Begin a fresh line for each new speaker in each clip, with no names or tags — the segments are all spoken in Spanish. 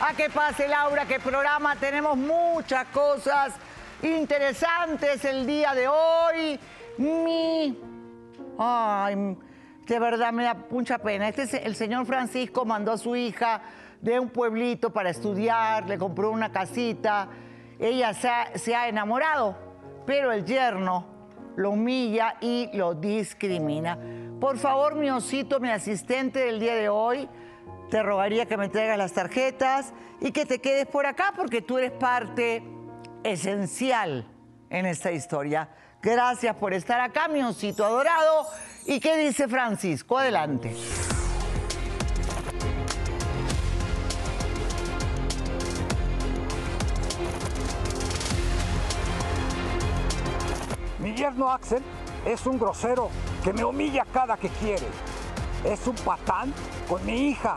a que pase Laura, que programa. Tenemos muchas cosas interesantes el día de hoy. Mi. Ay, de verdad me da mucha pena. Este es el señor Francisco mandó a su hija de un pueblito para estudiar, le compró una casita. Ella se ha, se ha enamorado, pero el yerno lo humilla y lo discrimina. Por favor, mi osito, mi asistente del día de hoy, te rogaría que me traigas las tarjetas y que te quedes por acá porque tú eres parte esencial en esta historia. Gracias por estar acá, mi osito adorado. ¿Y qué dice Francisco? Adelante.
Mi yerno Axel es un grosero que me humilla cada que quiere. Es un patán con mi hija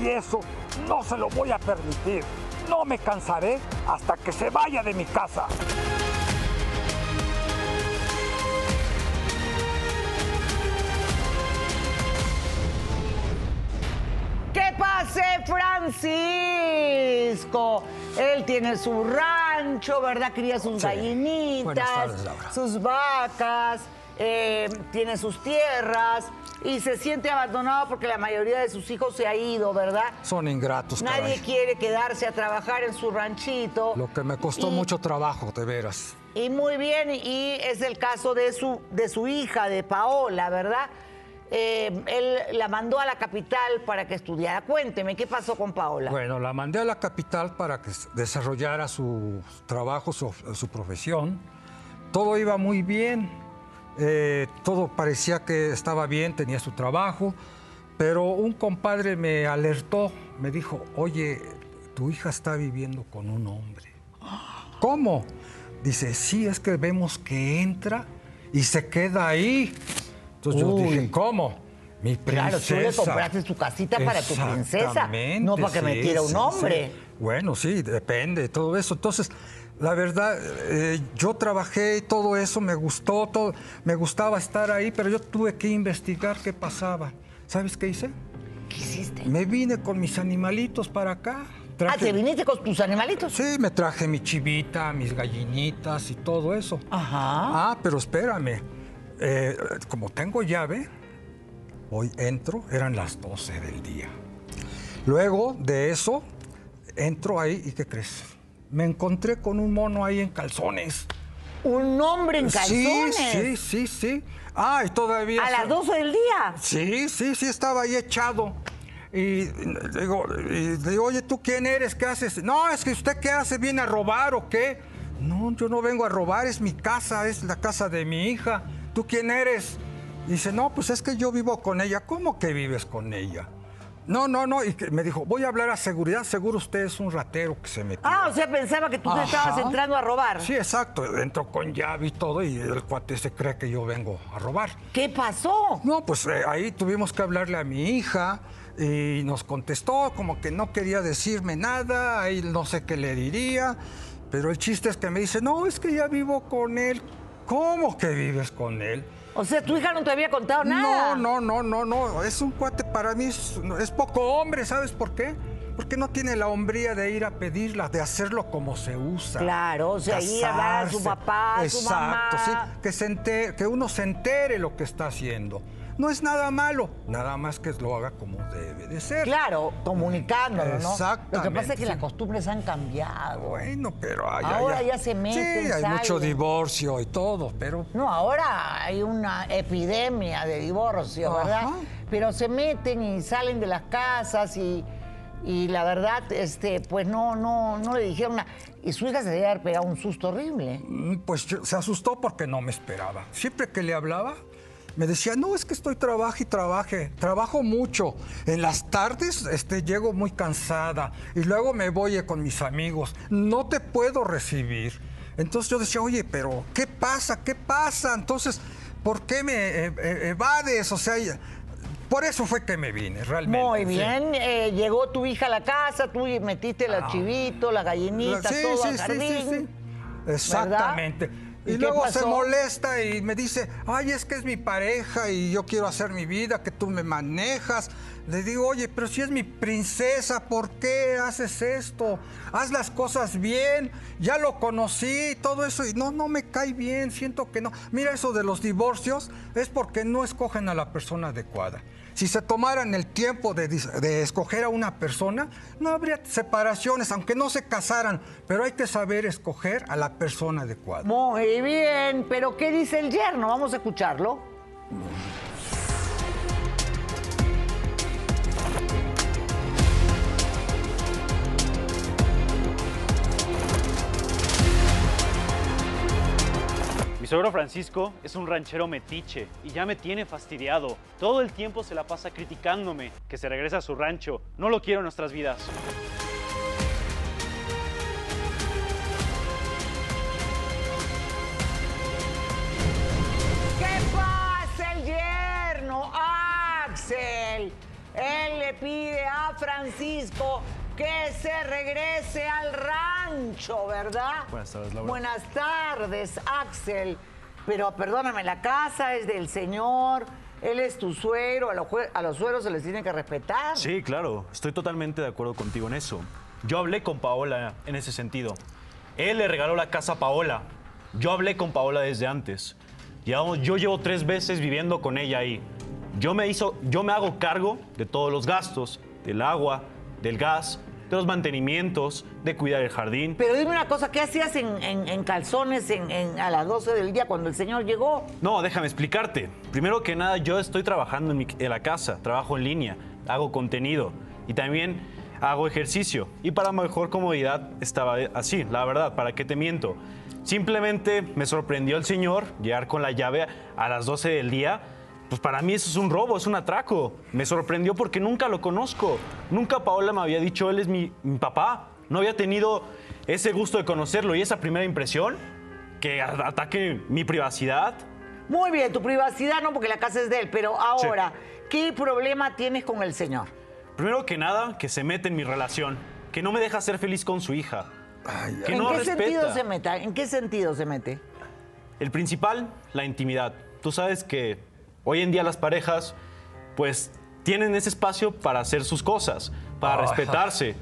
y eso no se lo voy a permitir. No me cansaré hasta que se vaya de mi casa.
¡Que pase Francisco! Él tiene su rancho, ¿verdad? Cría sus
Sí.
gallinitas,
Buenas tardes, Laura.
sus vacas, eh, tiene sus tierras y se siente abandonado porque la mayoría de sus hijos se ha ido, ¿verdad?
Son ingratos,
Nadie
caray.
quiere quedarse a trabajar en su ranchito.
Lo que me costó
Y-
mucho trabajo, de veras.
Y muy bien, y es el caso de su, de su hija, de Paola, ¿verdad? Eh, él la mandó a la capital para que estudiara. Cuénteme, ¿qué pasó con Paola?
Bueno, la mandé a la capital para que s- desarrollara su trabajo, su, su profesión. Todo iba muy bien, eh, todo parecía que estaba bien, tenía su trabajo, pero un compadre me alertó, me dijo, oye, tu hija está viviendo con un hombre. ¿Cómo? Dice, sí, es que vemos que entra y se queda ahí. Entonces
Uy.
yo dije, ¿cómo? Mi princesa.
Claro, tú le compraste su casita para tu princesa,
Exactamente,
no para que metiera un hombre.
Bueno, sí, depende de todo eso. Entonces, la verdad, eh, yo trabajé y todo eso, me gustó, todo, me gustaba estar ahí, pero yo tuve que investigar qué pasaba. ¿Sabes qué hice?
¿Qué hiciste?
Me vine con mis animalitos para acá.
Ah,
Traje-
¿te viniste con tus animalitos?
Sí, me traje mi chivita, mis gallinitas y todo eso.
Ajá.
Ah, pero espérame. Eh, como tengo llave, hoy entro, eran las 12 del día. Luego de eso, entro ahí y ¿qué crees? Me encontré con un mono ahí en calzones.
Un hombre en calzones.
Sí, sí, sí, sí. Ah, y todavía...
A
se-
las 12 del día.
Sí, sí, sí, estaba ahí echado. Y le digo, y le digo, oye, ¿tú quién eres? ¿Qué haces? No, es que usted qué hace, viene a robar o qué. No, yo no vengo a robar, es mi casa, es la casa de mi hija. ¿Tú quién eres? Dice, no, pues es que yo vivo con ella. ¿Cómo que vives con ella? No, no, no. Y que- me dijo, voy a hablar a seguridad, seguro usted es un ratero que se metió.
Ah, o sea, pensaba que tú te
Ajá.
estabas entrando a robar.
Sí, exacto. Entro con llave y todo y el cuate se cree que yo vengo a robar.
¿Qué pasó?
No, pues eh, ahí tuvimos que hablarle a mi hija y nos contestó como que no quería decirme nada, ahí no sé qué le diría, pero el chiste es que me dice, no, es que ya vivo con él. ¿Cómo que vives con él?
O sea, tu hija no te había contado nada.
No, no, no, no, no, es un cuate para mí, es, es poco hombre, ¿sabes por qué? Porque no tiene la hombría de ir a pedirla, de hacerlo como se usa.
Claro, o sea, ir a hablar a su
Casarse.
papá, a su
Exacto,
mamá.
sí, que, se enter- que uno se entere lo que está haciendo. No es nada malo, nada más que lo haga como debe de ser.
Claro, comunicándolo, ¿no? Lo que pasa es
Exactamente,
que las
sí.
costumbres han cambiado.
Bueno, pero ay, ay,
Ahora
ay.
ya se meten,
Sí, hay mucho
salen.
divorcio y todo, pero
No, ahora hay una epidemia de divorcio,
Ajá.
¿verdad? Pero se meten y salen de las casas y, y la verdad, este, pues no, no, no le dijeron nada. Y su hija se debe haber pegado un susto horrible.
Mm, Pues yo- se asustó porque no me esperaba. Siempre que le hablaba, me decía, no, es que estoy trabaje y trabaje, trabajo mucho. En las tardes este, llego muy cansada y luego me voy eh, con mis amigos. No te puedo recibir. Entonces yo decía, oye, pero ¿qué pasa? ¿Qué pasa? Entonces, ¿por qué me eh, eh, evades? O sea, ya- por eso fue que me vine, realmente.
Muy
sí.
bien, eh, llegó tu hija a la casa, tú metiste la chivito, la gallinita,
La- Ah. sí,
todo
sí,
al
sí,
jardín.
sí, sí. Exactamente.
¿Y
Y,
qué
luego se
pasó?
molesta y me dice, ay, es que es mi pareja y yo quiero hacer mi vida, que tú me manejas. Le digo, oye, pero si es mi princesa, ¿por qué haces esto? Haz las cosas bien, ya lo conocí, todo eso, y no, no me cae bien, siento que no. Mira, eso de los divorcios es porque no escogen a la persona adecuada. Si se tomaran el tiempo de, dis- de escoger a una persona, no habría separaciones, aunque no se casaran, pero hay que saber escoger a la persona adecuada.
Muy bien, pero ¿qué dice el yerno? Vamos a escucharlo.
Mi suegro Francisco es un ranchero metiche y ya me tiene fastidiado. Todo el tiempo se la pasa criticándome, que se regresa a su rancho. No lo quiero en nuestras vidas.
¿Qué pasa el yerno? Axel. Él le pide a Francisco que se regrese al rancho, ¿verdad?
Buenas tardes, Laura.
Buenas tardes, Axel. Pero perdóname, la casa es del señor, él es tu suero, a los, jue- a los sueros se les tiene que respetar.
Sí, claro, estoy totalmente de acuerdo contigo en eso. Yo hablé con Paola en ese sentido. Él le regaló la casa a Paola. Yo hablé con Paola desde antes. Llevamos- yo llevo tres veces viviendo con ella ahí. Yo me, hizo, yo me hago cargo de todos los gastos, del agua, del gas, de los mantenimientos, de cuidar el jardín.
Pero dime una cosa, ¿qué hacías en, en- en calzones en- en- a las 12 del día cuando el señor llegó?
No, déjame explicarte. Primero que nada, yo estoy trabajando en, mi- en la casa, trabajo en línea, hago contenido y también hago ejercicio. Y para mejor comodidad estaba así, la verdad, ¿para qué te miento? Simplemente me sorprendió el señor llegar con la llave a las 12 del día. Pues para mí eso es un robo, es un atraco. Me sorprendió porque nunca lo conozco. Nunca Paola me había dicho, él es mi, mi papá. No había tenido ese gusto de conocerlo y esa primera impresión que a- ataque mi privacidad.
Muy bien, tu privacidad no, porque la casa es de él, pero ahora, ¿qué problema tienes con el señor?
Primero que nada, que se mete en mi relación, que no me deja ser feliz con su hija, que
¿En
no
qué
respeta.
sentido se meta? ¿En qué sentido se mete?
El principal, la intimidad. Tú sabes que hoy en día las parejas, pues, tienen ese espacio para hacer sus cosas, para respetarse.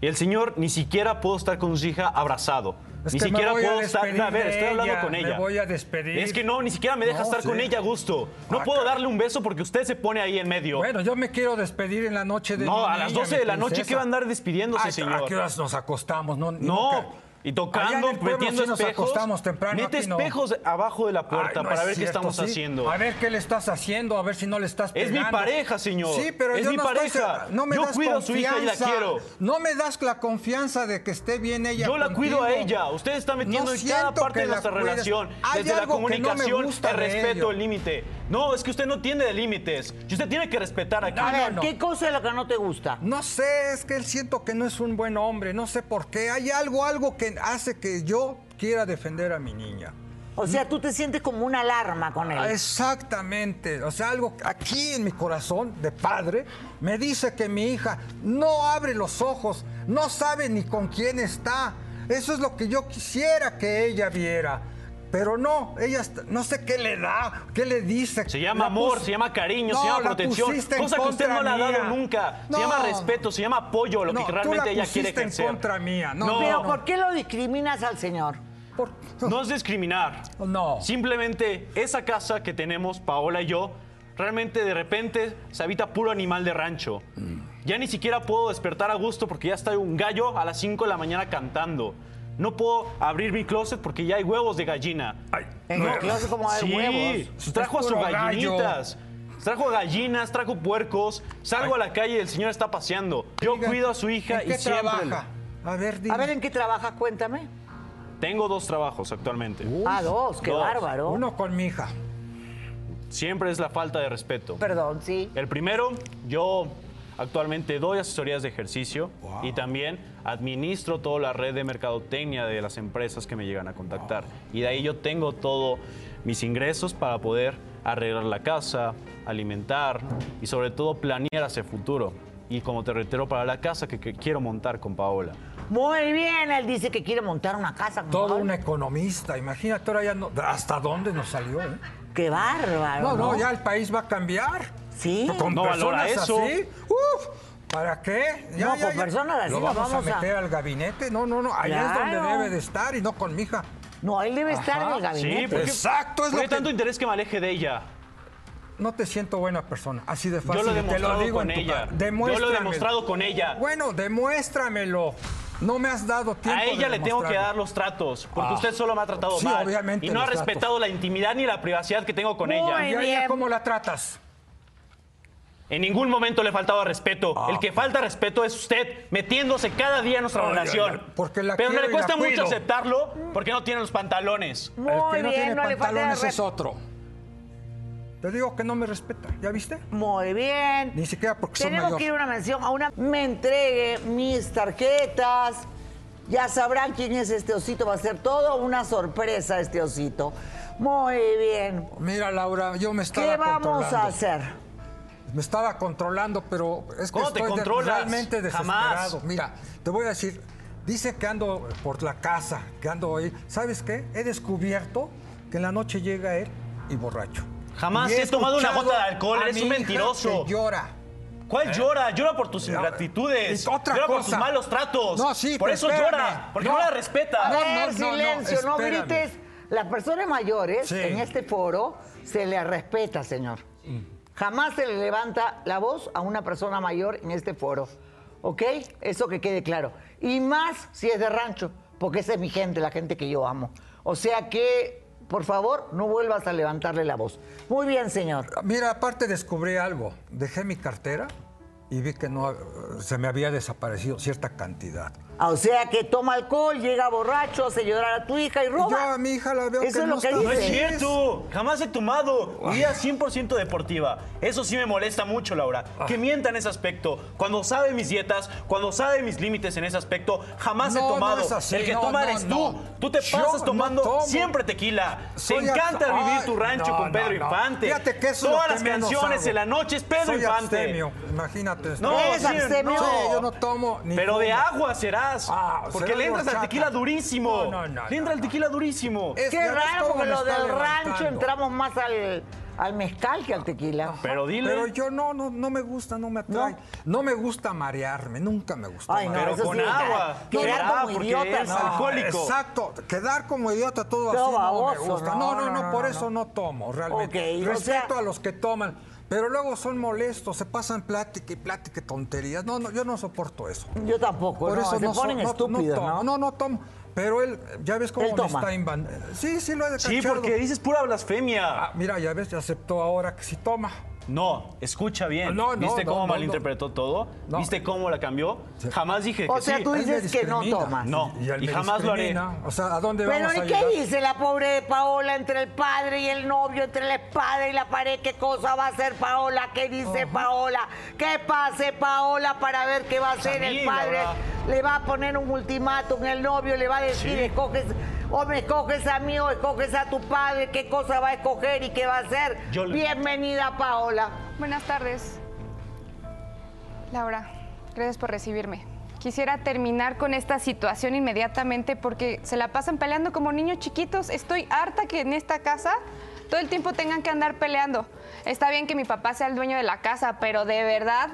Y el señor ni siquiera puedo estar con su hija abrazado.
Es
ni
que me
siquiera
voy a
puedo estar.
despedir
A ver,
de
estoy hablando
ella,
con
me
ella.
voy a despedir.
Es que no, ni siquiera me deja
No,
estar con
sí.
ella a gusto. No
Ah,
puedo
caray.
darle un beso porque usted se pone ahí en medio.
Bueno, yo me quiero despedir en la noche de.
No,
mi
a las
niña,
12
mi
de la noche,
princesa.
¿qué va a andar despidiéndose,
Ay,
señor?
¿A qué horas nos acostamos? No, ni
No,
nunca. Allá
y
en
tocando,
el pueblo
metiendo
sí nos
espejos.
acostamos temprano.
mete
aquí no.
espejos abajo de la
Ay,
puerta
no
para
es
ver qué
cierto,
estamos
sí.
haciendo.
A ver qué le estás haciendo, a ver si no le estás
Es mi
pegando.
pareja, señor.
Sí, pero
Es
yo
mi
no estoy
pareja.
segura. no me
Yo
das
cuido a su hija
confianza.
y la quiero.
No me das la confianza de que esté bien ella
Yo la
contigo.
cuido a ella. Usted está metiendo
No
en cada
siento
parte de
que la
nuestra
cuides.
relación.
Hay
Desde la
algo que no me
comunicación,
gusta
el
de
respeto,
ello.
el límite. No, es que usted no tiene de límites. Y usted tiene que respetar aquí.
A
No,
ver,
no.
¿qué cosa es lo que no te gusta?
No sé, es que él siento que no es un buen hombre, no sé por qué. Hay algo, algo que hace que yo quiera defender a mi niña.
O sea, tú te sientes como una alarma con
Ah,
él.
Exactamente. O sea, algo aquí en mi corazón de padre me dice que mi hija no abre los ojos, no sabe ni con quién está. Eso es lo que yo quisiera que ella viera. Pero no, ella está- no sé qué le da, qué le dice.
Se llama
La
amor,
pus-
se llama cariño,
No,
se llama
la
protección.
pusiste en
Cosa que usted no le
contra
ha dado
mía.
nunca.
No.
Se llama respeto, se llama apoyo, lo
No,
que
tú
realmente
la
ella quiere
pusiste en
ejercer.
contra mía. No, no.
pero ¿por qué lo discriminas al señor?
Por-
No es discriminar.
Oh, No.
Simplemente esa casa que tenemos, Paola y yo, realmente de repente se habita puro animal de rancho.
Mm.
Ya ni siquiera puedo despertar a gusto porque ya está un gallo a las 5 de la mañana cantando. No puedo abrir mi closet porque ya hay huevos de gallina.
Ay,
En el closet como hay
sí, Pues
huevos.
trajo a
Es
sus
puro gallo.
gallinitas. Trajo gallinas, trajo puercos. Salgo a la calle y el señor está paseando. Yo
diga,
cuido a su hija
¿en qué
y siempre...
trabaja? A ver, dime.
A ver, ¿en qué trabajas? Cuéntame.
Tengo dos trabajos actualmente.
ah, dos, qué
dos.
bárbaro.
Uno con mi hija.
Siempre es la falta de respeto.
Perdón, sí.
El primero, yo actualmente doy asesorías de ejercicio y también administro toda la red de mercadotecnia de las empresas que me llegan a contactar. Y de ahí yo tengo todos mis ingresos para poder arreglar la casa, alimentar y sobre todo planear hacia el futuro. Y como te reitero, para la casa que, que quiero montar con Paola.
Muy bien, él dice que quiere montar una casa. con
Todo
Paola.
un economista. Imagínate ahora ya no- hasta dónde nos salió. ¿eh?
Qué
No,
bárbaro.
no, ya el país va a cambiar.
Sí.
Con
No valora
personas
eso.
así. Uf, ¿Para qué?
No, con personas así
¿Lo
lo
vamos,
vamos a-
a meter al gabinete? No, no, no. Ahí es
Claro.
donde debe de estar y no con mi hija.
No, él debe estar en el
Ajá, sí,
gabinete.
pues. Exacto, es
¿por
lo
qué
que-
tanto interés que me aleje de ella?
No te siento buena persona. Así de fácil.
Yo lo he
y te
demostrado
lo digo
con
en tu
ella.
cara.
Yo lo he
Demuéstramelo.
demostrado con ella.
Bueno, demuéstramelo. No me has dado tiempo.
A
de
ella le tengo que
demostrarlo.
dar los tratos, porque
Ah.
usted solo me ha tratado
Sí,
mal.
obviamente,
y no ha
los tratos.
respetado la intimidad ni la privacidad que tengo con
Muy
ella.
¿Y a
Bien.
ella cómo la tratas?
En ningún momento le he faltado respeto.
Ah.
El que falta respeto es usted, metiéndose cada día en nuestra
Ay, ay,
relación.
ay, porque la
Pero no
quiero
le
y la
cuesta mucho
cuido.
aceptarlo porque no tiene los pantalones.
Muy
El que no
bien,
tiene
no le falta
pantalones
de
es otro. Te digo que no me respeta. ¿Ya viste?
Muy bien.
Ni siquiera porque son
Tenemos que ir a
mayor.
una mención, a una me entregue mis tarjetas. Ya sabrán quién es este osito, va a ser todo una sorpresa este osito. Muy bien.
Mira, Laura, yo me estaba
¿Qué vamos a
controlando.
hacer?
Me estaba controlando, pero es que
¿Cómo te
estoy de-
controlas?
realmente
Jamás.
desesperado. Mira, te voy a decir, dice que ando por la casa, que ando ahí. ¿Sabes qué? He descubierto que en la noche llega él y borracho.
Jamás
Y
he tomado una
escuchado
gota de alcohol,
a
eres
mi
un
hija
mentiroso.
que llora.
¿Cuál
¿Eh?
llora? Llora por tus ingratitudes.
Y eh, otra
llora por
cosa.
tus malos tratos.
No, sí,
Por
pero
eso
espérame.
llora, porque no,
No.
la
A
respeta.
No,
ver,
no, no, no,
Eh, silencio, no,
espérame.
grites. Las personas mayores
Sí.
en este foro se les respeta, señor. Jamás se le levanta la voz a una persona mayor en este foro. ¿Ok? Eso que quede claro. Y más si es de rancho, porque esa es mi gente, la gente que yo amo. O sea que, por favor, no vuelvas a levantarle la voz. Muy bien, señor.
Mira, aparte descubrí algo. Dejé mi cartera y vi que no eh, se me había desaparecido cierta cantidad.
Ah, O sea que toma alcohol, llega borracho, hace llorar a tu hija y roba.
Yo a mi hija la veo
Eso
que
es
no
lo que
está
dice.
No es
Sí.
cierto, jamás he tomado. Mi vida es 100% deportiva. Eso sí me molesta mucho, Laura.
Ah.
Que mienta en ese aspecto. Cuando sabe mis dietas, cuando sabe mis límites en ese aspecto, jamás
No,
he
no
tomado.
es así,
El que
no,
toma
no,
eres
no.
tú. Tú te
Yo
pasas
no
tomando
tomo.
siempre tequila. Te
Soy
encanta
abs-
vivir
Ay,
tu rancho
no,
con Pedro
no, no.
Infante.
Fíjate que eso es lo
Todas
que
las
menos
canciones
hago.
en la noche es Pedro
Soy
Infante.
abstemio, imagínate.
No,
¿Eres
sí,
abstemio?
no.
Sí, yo no tomo ni
Pero de
fumo.
agua serás.
Ah,
porque
será
le entras al
horchata.
tequila durísimo.
No, no, no,
Le entra
no,
al
no.
tequila durísimo.
Es-
Qué
ya ves
raro,
cómo
porque
me
lo
está
del rancho
levantando.
entramos más al, al mezcal que al tequila.
Pero dile.
Pero yo no, no, no me gusta, no me atrae. No, me gusta marearme, nunca me gusta
Ay, no,
marearme.
eso
con
sí.
agua.
que
No,
Quedar
ah,
como
porque
idiota.
es
¿no?
alcohol. alcohólico.
Exacto, quedar como idiota todo
Todo
así no
baboso,
me gusta.
no,
No, no,
no,
no,
no,
por
no.
eso no tomo, realmente.
Ok, o
Respeto
sea-
a los que toman, pero luego son molestos, se pasan plática y plática y tonterías. No, no, yo no soporto eso.
Yo tampoco,
Por
no,
eso
se
no so-
ponen
no- no
estúpidos,
tomo,
¿no?
No, no tomo. Pero él, ya ves cómo
Él
me
toma.
está invadiendo. Sí, sí lo he
Sí,
cachado.
porque dices pura blasfemia.
Ah, mira, ya ves, ya aceptó ahora que sí toma.
No, escucha bien.
No, no,
¿Viste
no,
cómo
no,
malinterpretó todo?
No.
¿Viste cómo la cambió?
Sí.
Jamás dije que
O sea,
sí.
tú
Él me
dices que no
discrimina.
tomas.
No,
él
y
me
jamás lo haré.
discrimina. O sea, ¿a dónde
Pero
vamos
¿y
a
qué
llegar?
dice la pobre Paola entre el padre y el novio, entre la espada y la pared? ¿Qué cosa va a hacer Paola? ¿Qué dice Paola? ¿Qué pase Paola para ver qué va a hacer el
mí,
padre?
Laura.
Le va a poner un ultimátum el novio, le va a decir,
Sí.
escoges, o me escoges a mí o escoges a tu padre, qué cosa va a escoger y qué va a hacer.
Yo le-
Bienvenida Paola.
Buenas tardes. Laura, gracias por recibirme. Quisiera terminar con esta situación inmediatamente porque se la pasan peleando como niños chiquitos. Estoy harta que en esta casa todo el tiempo tengan que andar peleando. Está bien que mi papá sea el dueño de la casa, pero de verdad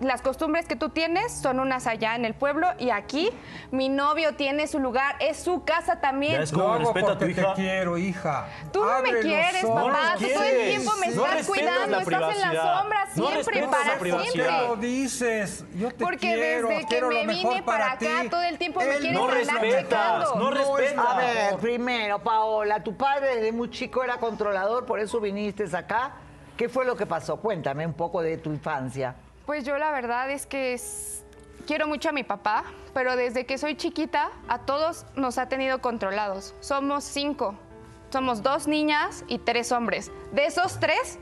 las costumbres que tú tienes son unas allá en el pueblo y aquí mi novio tiene su lugar, es su casa
Ya
también.
es
Lo
¿Cómo
hago
respeta a tu
porque
hija?
te quiero, hija.
Tú no
Abre
me
los
quieres,
ojos.
papá.
No
Ah, Tú
nos
todo el
quieres.
tiempo me
No
estás
respetas
cuidando, estás
la
en la
privacidad.
sombra
No
siempre,
respetas la
para
¿Por qué
privacidad.
lo
siempre.
dices? Pues, Yo te
Porque
quiero,
desde que
quiero lo
me
mejor
vine para acá,
ti.
todo el tiempo me
Él
quieres
No
es
andar
lo
respetas,
checando.
No
no
es
respetas.
A
nada.
ver, primero, Paola, tu padre desde muy chico era controlador, por eso viniste acá. ¿Qué fue lo que pasó? Cuéntame un poco de tu infancia.
Pues yo la verdad es que es- quiero mucho a mi papá, pero desde que soy chiquita a todos nos ha tenido controlados. Somos cinco. Somos dos niñas y tres hombres. De esos tres,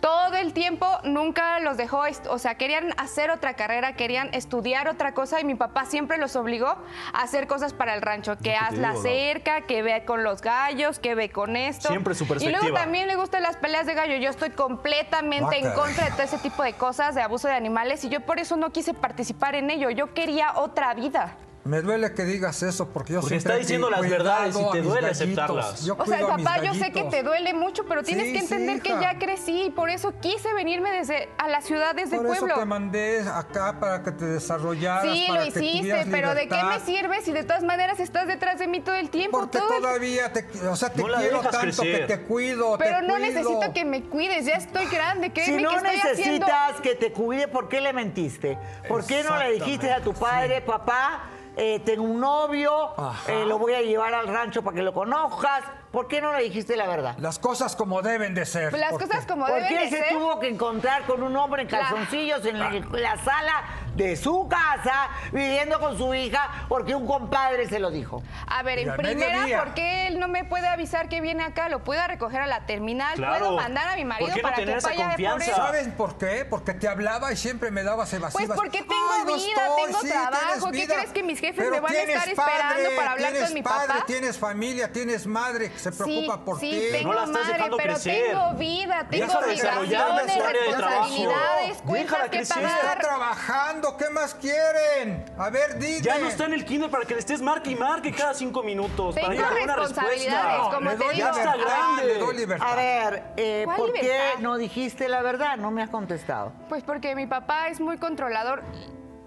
todo el tiempo nunca los dejó, est- o sea, querían hacer otra carrera, querían estudiar otra cosa y mi papá siempre los obligó a hacer cosas para el rancho, que
que te
haz la
digo, Lau.
cerca, que ve con los gallos, que ve con esto.
Siempre su
Y luego
perspectiva.
también le gustan las peleas de gallo. Yo estoy completamente
Ah,
en
caray.
contra de todo ese tipo de cosas, de abuso de animales, y yo por eso no quise participar en ello. Yo quería otra vida.
Me duele que digas eso porque yo
Porque
siempre
está
he
diciendo las
cuidado
verdades y
a
te
mis
duele
gallitos.
aceptarlas.
Yo
O sea,
cuido a mis
papá, yo sé que
gallitos.
te duele mucho, pero tienes
Sí,
que
sí,
entender que
hija.
ya crecí y por eso quise venirme desde a la ciudad desde
Por
pueblo.
eso te mandé acá para que te desarrollaras.
Sí,
para
lo
que tuvieras
hiciste, pero ¿de qué me
libertad.
sirve si de todas maneras estás detrás de mí todo el tiempo?
Porque
todo el-
todavía te, o sea, te
No la
quiero
dejas
tanto
crecer.
que te cuido. te
Pero no
cuido.
necesito que me cuides, ya estoy grande, créeme
si no
que estoy
necesitas
haciendo...
que te cuide, ¿por qué le mentiste? ¿Por qué no le dijiste a tu padre, papá, eh, tengo un novio,
Ajá.
eh, lo voy a llevar al rancho para que lo conozcas? ¿Por qué no le dijiste la verdad?
Las cosas como deben de ser.
Las
porque-
cosas como
¿Por
deben
qué
de
se
ser. Ah.
tuvo que encontrar con un hombre en calzoncillos en la, la sala de su casa, viviendo con su hija, porque un compadre se lo dijo?
A ver,
Y
en
al
primera,
mediodía.
¿por qué él no me puede avisar que viene acá? Lo puedo recoger a la terminal,
Claro.
puedo mandar a mi
¿Por
marido
qué no
para que
tener esa
vaya de por
confianza?
él.
¿Saben por qué? Porque te hablaba y siempre me dabas evasivas.
Pues porque tengo
Ay, no
vida,
estoy,
tengo
sí,
trabajo.
tienes
¿Qué
vida.
crees que mis jefes
Pero
me van a
tienes
estar esperando para hablar
tienes
con mi
padre,
papá?
Tienes familia, tienes madre que se preocupa por
sí,
ti.
tengo
No la estás
madre,
dejando
pero
crecer.
tengo vida, tengo
Déjala desarrollar
obligaciones,
su área de trabajo.
responsabilidades, cuentas
Déjala
que
crecer.
Está
pagar.
trabajando, ¿qué más quieren? A ver, dime.
Ya no está en el kinder para que le estés marque y marque cada cinco minutos.
Tengo
para llegar a una
responsabilidades,
respuesta.
Ah, como
le
te
doy
digo.
Ya está
libertad,
grande.
le doy libertad.
A ver, eh,
¿Cuál
¿por qué
libertad?
no dijiste la verdad? No me has contestado.
Pues porque mi papá es muy controlador.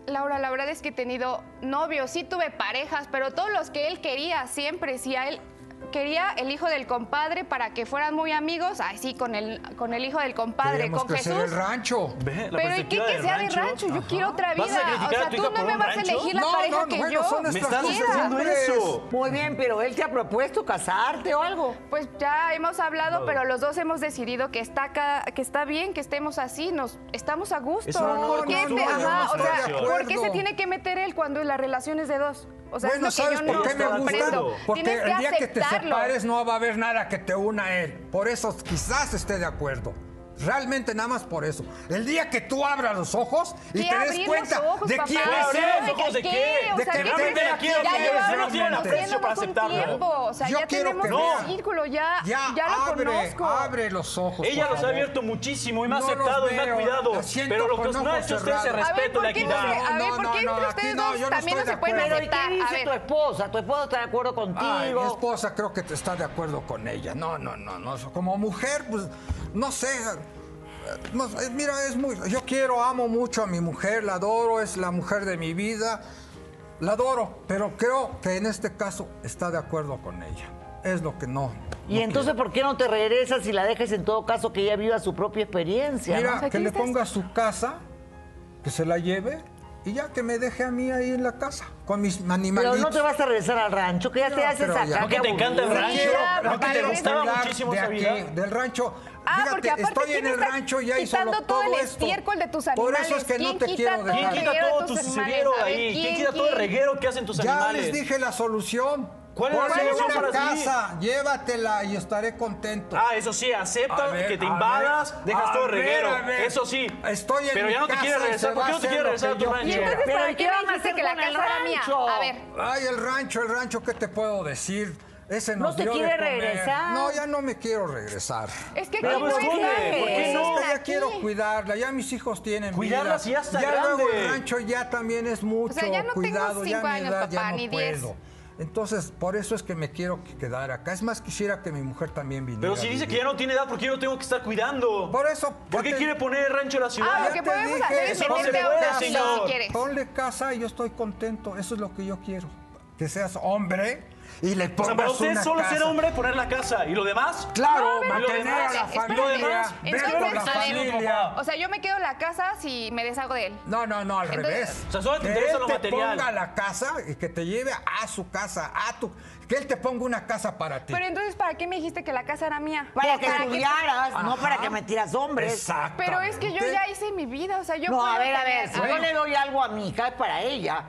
Laura, la verdad es que he tenido novios, sí tuve parejas, pero todos los que él quería siempre, si a él quería el hijo del compadre para que fueran muy amigos, ay sí, con el, con el hijo del compadre,
Queremos
con
crecer
Jesús.
el rancho.
Ve, la
Pero ¿y qué
perspectiva
que
del
sea de rancho? Yo quiero otra vida.
¿Vas a
O
criticar a
sea,
tu
tú
hija
no
por
me
un
vas a
rancho?
elegir la
No,
pareja
no, Pues,
que
bueno,
yo
son
¿Me
nuestras
estás
quiera.
haciendo eso?
Muy bien, pero él te ha propuesto casarte o algo.
Pues ya hemos hablado, pero los dos hemos decidido que está acá, que está bien que estemos así, nos estamos a gugusto.
Es una nueva
¿Por qué
costumbre,
te-
yo no
ajá, o
estoy
sea,
de
acuerdo.
¿por qué se tiene que meter él cuando la relación es de dos? O sea,
bueno,
es lo que
¿sabes
yo
por
no
qué me gusta?
comprendo.
Porque
Tienes
el día que te
aceptarlo.
separes no va a haber nada que te una a él. Por eso quizás esté de acuerdo. Realmente nada más por eso. El día que tú abras los ojos y
¿Qué
te
abrir
des
los
cuenta
ojos,
de
papá?
quién
¿Qué
es
Abrir
él.
los ojos de qué?
O
De
sea,
que
ya
realmente
llevamos-
la quiero,
ya
que
llevamos
ellos no tienen
conociéndonos
precio para
un
aceptarlo.
tiempo, o sea,
Yo
ya
quiero
tenemos
que
un
vea.
círculo, ya, ya, lo
abre,
conozco.
abre los ojos.
Ella
por
los ha
favor.
abierto muchísimo y me ha
No los
aceptado y me ha
veo,
cuidado.
la siento
Pero lo
con
que no
ojos
ha hecho usted es el
cerrados.
A ver,
respeto,
¿por
la
qué, entre,
equidad.
a ver,
No,
¿por
no,
qué
no,
entre
aquí
ustedes
no,
dos
yo no
también no
estoy
se
de
pueden
acuerdo.
Pero ¿y
aceptar?
qué
A
dice
ver.
tu esposa? ¿Tu esposa está de acuerdo contigo?
Ay, mi esposa creo que te está de acuerdo con ella. No, no, no, no. Como mujer, pues, no sé. No, eh, mira, es muy. Yo quiero, amo mucho a mi mujer, la adoro, es la mujer de mi vida. La adoro, pero creo que en este caso está de acuerdo con ella. Es lo que no.
Y entonces, ¿por qué no te regresas y la dejas en todo caso que ella viva su propia experiencia?
Mira,
¿no?
sea,
que
¿quién
le
está-
ponga su casa, que se la lleve y ya que me deje a mí ahí en la casa con mis
Pero
animalitos.
no te vas a regresar al rancho, que ya
No,
te haces
pero ya.
acá.
No,
que
qué
te encanta el
aburrido.
rancho,
quiero,
no que te
quiero
gustaba
hablar
muchísimo
de
esa
aquí,
vida.
del rancho.
Ah,
Fíjate,
porque aparte,
estoy
¿quién
en el
está
rancho ya y solo
quitando
todo,
todo el
esto.
estiércol de tus
Por eso es que
animales?
no te
¿Quién
quiero
quita
¿Quién
dejar.
Reguero
quita
de
todo tu
tus animales,
reguero
a ver,
ahí? ¿Quién
¿quién,
quita todo el
quién?
reguero que hacen tus
Ya
animales?
les dije la solución.
¿Cuál es la
Ponle
solución
una
para ti?
casa, llévatela y estaré contento.
Ah, eso sí, acepta
A ver,
que te
a
invadas,
ver,
dejas
a
todo el
ver,
reguero.
a ver.
Eso sí.
Estoy en
Pero
mi
ya no te
casa
quieres
y
regresar.
se
¿Por
va
qué
a
no te
hacer
quieres
lo
regresar a
que
tu
yo
Y
rancho?
quiera.
entonces,
Pero ¿y
¿para
qué
qué me
van a
dijiste
hacer
que la
con el
casa era mía?
rancho?
A ver,
Ay, el rancho, el rancho, ¿qué te puedo decir? Ese
¿No
nos
te
dio de
quiere
comer.
regresar?
No, ya no me quiero regresar.
es que aquí no
Pero pues,
es
¿dónde?
nadie.
¿Por qué
Es
no?
que ya
Aquí.
quiero cuidarla, ya mis hijos tienen
Cuidarla
vida.
si ya está
luego
grande.
el rancho ya también es mucho
O sea, ya no tengo
cuidado, ya
cinco
mi
años,
edad
papá,
ya no
ni diez.
puedo. Entonces, por eso es que me quiero que- quedar acá. Es más, quisiera que mi mujer también viniera.
Pero si
a
dice que
vivir.
ya no tiene edad, ¿por qué yo lo tengo que estar cuidando?
Por eso,
¿Por qué
ya te-
quiere poner el rancho en la
Ah,
ciudad?
lo
Ya
que
te
podemos
dije,
hacer es
eso no se
meterte a
puede,
un asilo si
señor.
quieres.
Ponle casa y yo estoy contento. Eso es lo que yo quiero. Que seas hombre y le
O
pongas
sea, para usted
una
solo
casa.
ser hombre, poner la casa. ¿Y lo demás?
Claro,
No, pero
mantener a la
espérate,
familia,
espérate.
ver por la
Entonces, a ver,
familia.
O sea, yo me quedo en la casa si me deshago de él.
No, no, no, al
Entonces-
revés.
O sea, solo te
que
interesa
él
lo
te
material.
ponga a la casa y que te lleve a su casa, a tu... Que él te ponga una casa para ti.
Pero entonces, ¿para qué me dijiste que la casa era mía?
Para que estudiaras, no
Ah, Ajá.
para que metieras hombres.
Exacto.
Pero es que yo ya hice mi vida, o sea, yo
No,
puedo
a ver, a ver,
tener-
si yo le doy algo a mi hija es para ella,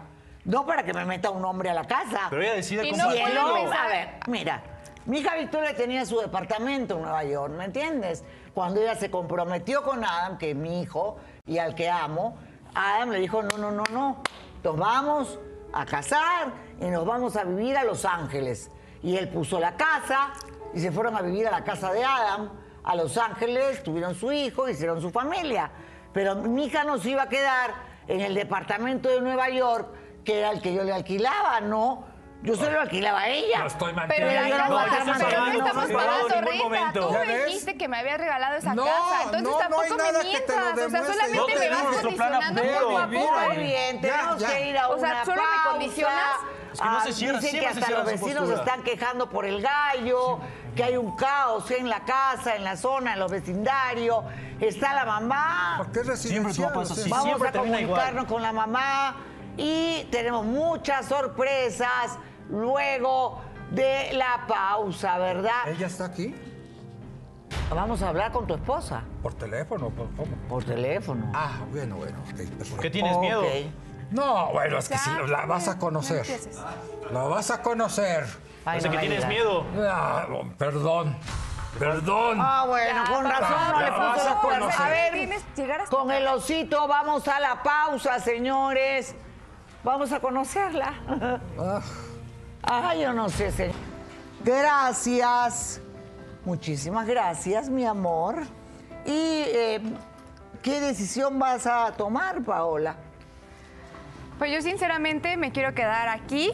no para que me meta un hombre a la casa.
Pero ella decide
Y
cómo
no
Si el
puedo
hacerlo.
hombre-
pensar-
a ver, mira, mi hija Victoria tenía su departamento en Nueva York, ¿me entiendes? Cuando ella se comprometió con Adam, que es mi hijo y al que amo, Adam le dijo, no, no, no, no, nos vamos a casar y nos vamos a vivir a Los Ángeles. Y él puso la casa y se fueron a vivir a la casa de Adam, a Los Ángeles, tuvieron su hijo, hicieron su familia. Pero mi hija nos iba a quedar en el departamento de Nueva York que era el que yo le alquilaba, ¿no? Yo se lo alquilaba a ella.
Lo estoy
Pero,
manteniendo.
Pero yo
la
no voy a
casa-
estar
pero
mandando,
no estamos
no, no,
pagando
no,
renta.
ningún momento.
Tú
¿Ya
me
ves?
dijiste que me habías regalado esa
No,
casa. Entonces
no, no
tampoco
hay
me
nada que te lo
mientras. o sea,
demuestre.
solamente
No te
me vas
demuestres, tu plan
condicionando
apego.
poco a
Vivir,
poco.
Ana.
Muy bien,
Ya,
tenemos
ya.
que ir a
O
una
sea, ¿solo me
pausa. Ah,
condicionas?
Es que no se cierra,
dicen que
siempre se
hasta
cierra
los
su
vecinos
postura.
están quejando por el gallo, que hay un caos en la casa, en la zona, en los vecindarios. Está la mamá.
¿Por qué
Siempre tu
residencial?
papá es así.
Vamos
siempre
a
termina igual.
comunicarnos con la mamá y tenemos muchas sorpresas luego de la pausa, ¿verdad?
¿Ella está aquí?
Vamos a hablar con tu esposa
¿Por teléfono? ¿Por cómo?
por teléfono.
Ah, bueno, bueno. ok, perfecto.
¿Por qué tienes
Ok.
miedo?
No, bueno, es que
Ya,
si la vas a
no
conocer.
empieces.
La vas a conocer.
Ay,
O sea,
no me
que tienes
digas.
miedo.
Ah, perdón. Perdón.
Ah, bueno,
Ya,
con
papá,
razón no
ya
le
vas
puso
a
el cuerno.
conocer.
A ver,
Tienes- llegar hasta
con el osito vamos a la pausa, señores. Vamos a conocerla.
Ah.
Ah, yo no sé, señor. Gracias. Muchísimas gracias, mi amor. ¿Y eh, qué decisión vas a tomar, Paola?
Pues yo sinceramente me quiero quedar aquí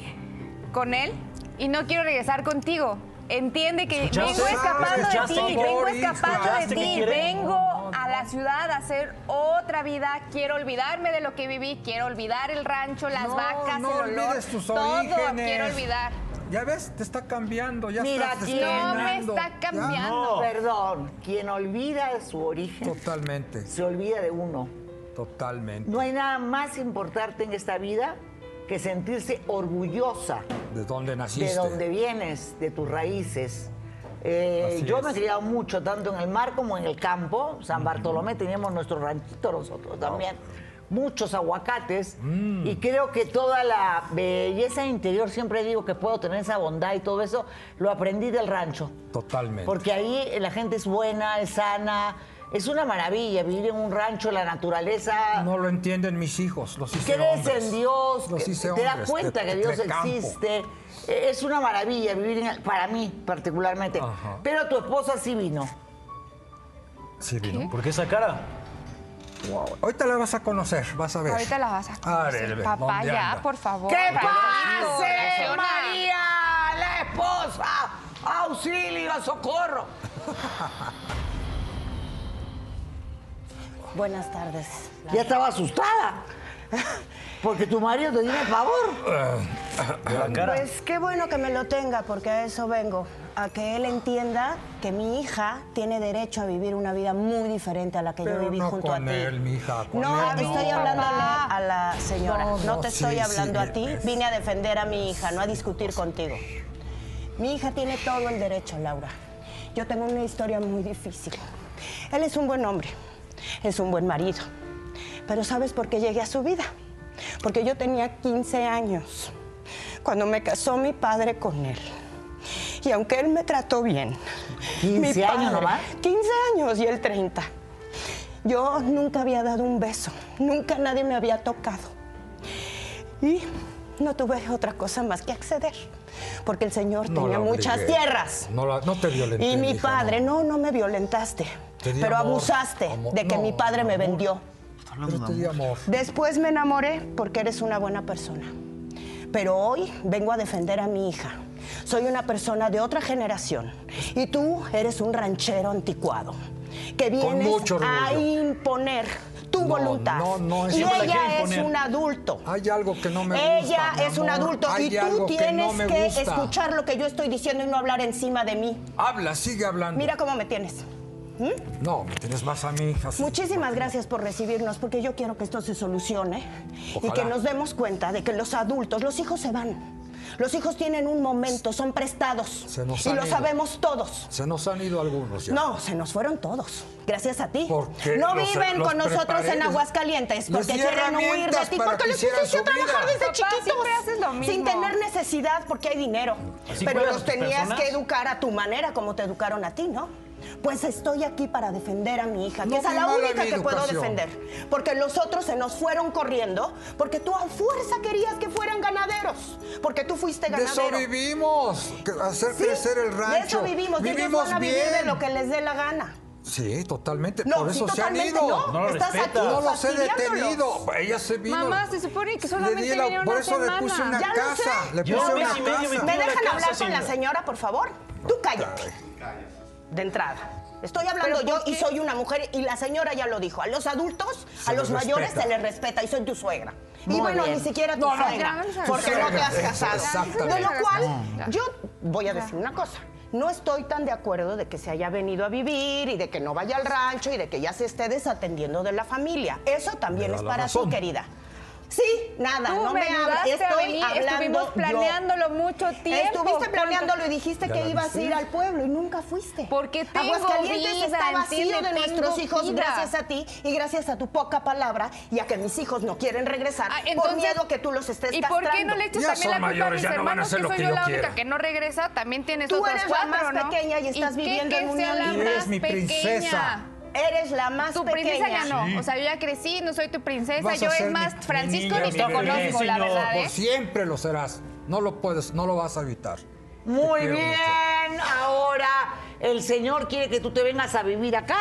con él y no quiero regresar contigo. Entiende que
¿Escuchaste?
vengo escapando de
¿Escuchaste
ti,
que quiere?
vengo
¿Escuchaste
escapando de
que
ti,
quiere?
vengo a la ciudad a hacer otra vida, quiero olvidarme de lo que viví, quiero olvidar el rancho, las
No,
vacas,
no
el olor,
olvides tus
todo
orígenes.
quiero olvidar.
Ya ves, te está cambiando. Ya
Mira,
estás
¿quién?
No me
descaminando.
está
Ya,
cambiando.
Perdón, quien olvida de su origen
Totalmente,
se olvida de uno.
totalmente.
No hay nada más importante en esta vida que sentirse orgullosa
¿De dónde naciste?
de donde vienes, de tus raíces. Eh,
Así
yo
es.
me he criado mucho, tanto en el mar como en el campo. San Bartolomé teníamos nuestro ranchito nosotros también. Muchos aguacates.
Mm.
Y creo que toda la belleza interior, siempre digo que puedo tener esa bondad y todo eso, lo aprendí del rancho.
Totalmente.
Porque ahí la gente es buena, es sana. Es una maravilla vivir en un rancho, la naturaleza.
No lo entienden mis hijos, los hice
Crees
hombres.
en Dios,
Los
que-
hice
te das
hombres,
cuenta
te-
que
te-
Dios
te campo.
existe. Eh, Es una maravilla vivir en el- para mí particularmente.
Ajá.
Pero tu esposa sí vino.
Sí, vino.
¿Por qué esa cara?
Ahorita la vas a conocer, vas a ver.
Ahorita la vas a conocer.
ver,
Papá,
¿dónde
ya,
anda?
por favor.
¡Que
tranquilo,
pase,
reacciona.
María, la esposa! ¡Auxilio, socorro!
Buenas tardes.
Ya estaba asustada. Porque tu marido te tiene pavor.
Ah,
La cara.
Pues qué bueno que me lo tenga, porque a eso vengo. A que él entienda que mi hija tiene derecho a vivir una vida muy diferente a la que
Pero
yo viví
no
junto
con
a ti.
él, mija, con
no,
él
te
no.
estoy hablando a la, a la señora.
No,
No,
no,
te
sí,
estoy
sí,
hablando
me-
a ti.
me-
Vine a defender a mi hija, no a discutir contigo. Mi hija tiene todo el derecho, Laura. Yo tengo una historia muy difícil. Él es un buen hombre, es un buen marido. Pero ¿sabes por qué llegué a su vida? Porque yo tenía 15 años cuando me casó mi padre con él. Y aunque él me trató bien,
15 años nomás.
15 años y él 30. Yo nunca había dado un beso, nunca nadie me había tocado. Y no tuve otra cosa más que acceder, porque el señor
No
tenía
la
muchas
obligué.
tierras.
No la- no te violenté,
Y mi
mija,
padre, no, no me violentaste,
Te di
pero
amor,
abusaste
amor.
de que
No,
mi padre me
amor.
vendió.
Pero te di amor.
Después me enamoré porque eres una buena persona. Pero hoy vengo a defender a mi hija. Soy una persona de otra generación y tú eres un ranchero anticuado que vienes
mucho orgullo.
a imponer tu
No,
voluntad.
no, no,
y
siempre la
ella
quiere
es
imponer.
un adulto.
Hay algo que no me gusta,
Ella
mi
es un
amor.
adulto
Hay
y tú
algo que no
tienes
me
que
gusta.
escuchar lo que yo estoy diciendo y no hablar encima de mí.
Habla, sigue hablando.
Mira cómo me tienes.
No, me tienes más a mí. así.
Muchísimas gracias por recibirnos, porque yo quiero que esto se solucione y
Ojalá.
que nos demos cuenta de que los adultos, los hijos se van. Los hijos tienen un momento, son prestados.
Se nos
y
han
lo
ido.
sabemos todos.
Se nos han ido algunos ya.
No, se nos fueron todos. Gracias a ti.
¿Por qué
No
los-
viven
los
con nosotros
preparé?
en Aguascalientes
Les
porque
di
quieren huir de
herramientas
ti,
para
porque
que
los
hicieran
pusiste a
su
trabajar
vida.
desde
Papá,
chiquitos.
siempre haces lo mismo.
Sin tener necesidad porque hay dinero.
¿Así
Pero
cuidas a
los
tus
tenías
personas?
que educar a tu manera, como te educaron a ti, ¿no? Pues estoy aquí para defender a mi hija, que
No
es a
vi
la
mal a
única
mi
que puedo
educación.
defender. Porque los otros se nos fueron corriendo, porque tú a fuerza querías que fueran ganaderos, porque tú fuiste
De eso
ganadero.
vivimos, que- hacer
Sí,
crecer el rancho.
De eso vivimos, y ellos van a vivir de lo que les dé la gana.
Sí, totalmente.
No,
Por
sí,
eso se han
totalmente
ido.
no. No lo Estás respetas. aquí
No los he
fastidiándolos.
detenido. Ella se vino.
Mamá, se supone que
Le di
solamente
la-
viene
Por
una
eso le puse
semana.
una
Ya lo
casa.
sé.
Le
Ya
puse
lo
una
sé, sí, medio
casa.
metido.
¿Me
la
dejan
casa,
hablar con la
señora.
señora, por favor? Tú cállate. De entrada. Estoy hablando
¿Pero
yo
por
y
qué?
soy una mujer y la señora ya lo dijo. A los adultos, a
les
los mayores
respeta.
se les respeta y soy tu suegra. y
Muy
bueno,
bien.
ni siquiera tu
no.
suegra,
Ya, vamos a-
porque no te has
Suegra,
casado.
exactamente.
De lo cual,
Ya.
yo voy a decir una cosa. No estoy tan de acuerdo de que se haya venido a vivir y de que no vaya al rancho y de que ya se esté desatendiendo de la familia. Eso también
Me da
es
la
para
razón.
ti, querida. Sí, nada,
Tú
no
me
me hables.
ayudaste a
Estoy
venir,
hablando
estuvimos
yo.
planeándolo mucho tiempo.
Estuviste
¿Cuánto?
planeándolo y dijiste
Ya
que
la
ibas a
viste.
ir al pueblo y nunca fuiste.
Porque tengo
Aguascalientes
vida,
está vacío
entiende,
de nuestros
tengo
hijos
vida.
gracias a ti y gracias a tu poca palabra y a que mis hijos no quieren regresar
Ah,
por miedo a que tú los estés
¿Y por qué no
castrando.
le echas
Ya
también la
son
culpa a
mayores,
mis
ya no van a
hermanos
hacer
que
lo
soy
que
yo
yo
la única
quiera.
que no regresa? También tienes
Tú
otros
eres la
cuatro,
más
¿no?
pequeña y estás
qué
viviendo
que
en un
sea la
mundo.
Eres
más
mi princesa.
pequeña?
Eres la más
Tu princesa
pequeña.
ya no. O sea, yo ya crecí, no soy tu princesa.
Vas a
yo
ser
es
mi-
más,
mi
Francisco
niña, mi
ni te
bebé,
conozco, la
señor.
verdad, ¿eh?
Por siempre lo serás. No lo puedes, no lo vas a evitar.
Muy
quiero
bien. Ahora, ¿el señor quiere que tú te vengas a vivir acá?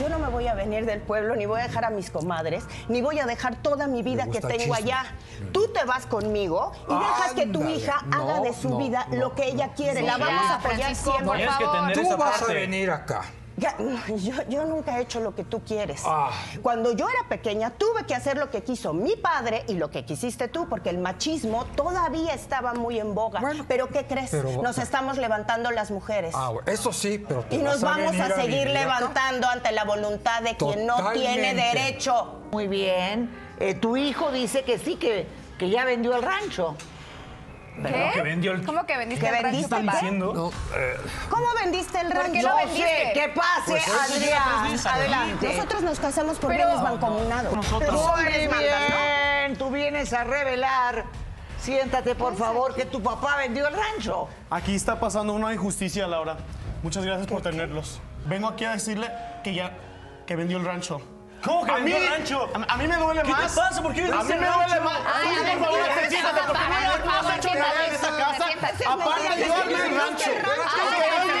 Yo no me voy a venir del pueblo, ni voy a dejar a mis comadres, ni voy a dejar toda mi vida
Me
que
gusta el
tengo
chisme.
allá. Tú te vas conmigo y dejas que tu
Ándale.
hija
No,
haga de su
no,
vida
no,
lo que ella
no,
quiere.
no.
La
Sí,
vamos
ya,
a apoyar
Francisco,
siempre.
por
Tienes que
favor.
tener
Tú
esa
vas a
parte.
venir acá.
Ya, yo, yo nunca he hecho lo que tú quieres.
Ah.
Cuando yo era pequeña tuve que hacer lo que quiso mi padre y lo que quisiste tú, porque el machismo todavía estaba muy en boga.
Bueno,
pero ¿qué crees?
pero-
Nos estamos levantando las mujeres.
Ah, bueno, eso sí, pero te
y nos
vas
vamos
venir
a seguir
vivir acá.
levantando ante la voluntad de quien no tiene
Totalmente.
derecho.
Muy bien. Eh, tu hijo dice que sí, que, que ya vendió el rancho.
¿Qué?
que vendió el-
¿Cómo que vendiste
¿Que
el rancho,
vendiste
papá?
qué?
Diciendo,
No, eh,
¿Cómo vendiste el
¿Por
rancho?
qué lo
Yo
vendiste?
sé que-
¿Qué pase,
Pues eso sí
Adrián? Adelante.
Nosotros nos casamos por
Pero-
bienes mancomunados.
Nosotros.
Los
Muy
hombres mandan, ¿no?
bien. Tú vienes a revelar. Siéntate, por favor, que tu papá vendió el rancho.
Aquí está pasando una injusticia, Laura. Muchas gracias por tenerlos. Vengo aquí a decirle que ya que vendió el rancho.
¿Cómo que
A
vendió
mí-
el rancho?
A, a mí me duele
¿Qué te
más.
pasa? ¿Por qué
A mí
vendiste
me
el
duele
rancho?
más.
Ay,
Tú,
a ver,
por favor,
siéntate,
te siéntate,
papá,
porque
a ver,
no has
por
hecho
favor,
nada en
siéntate,
esta
siéntate,
casa.
siéntate.
Aparte de llevarme el rancho.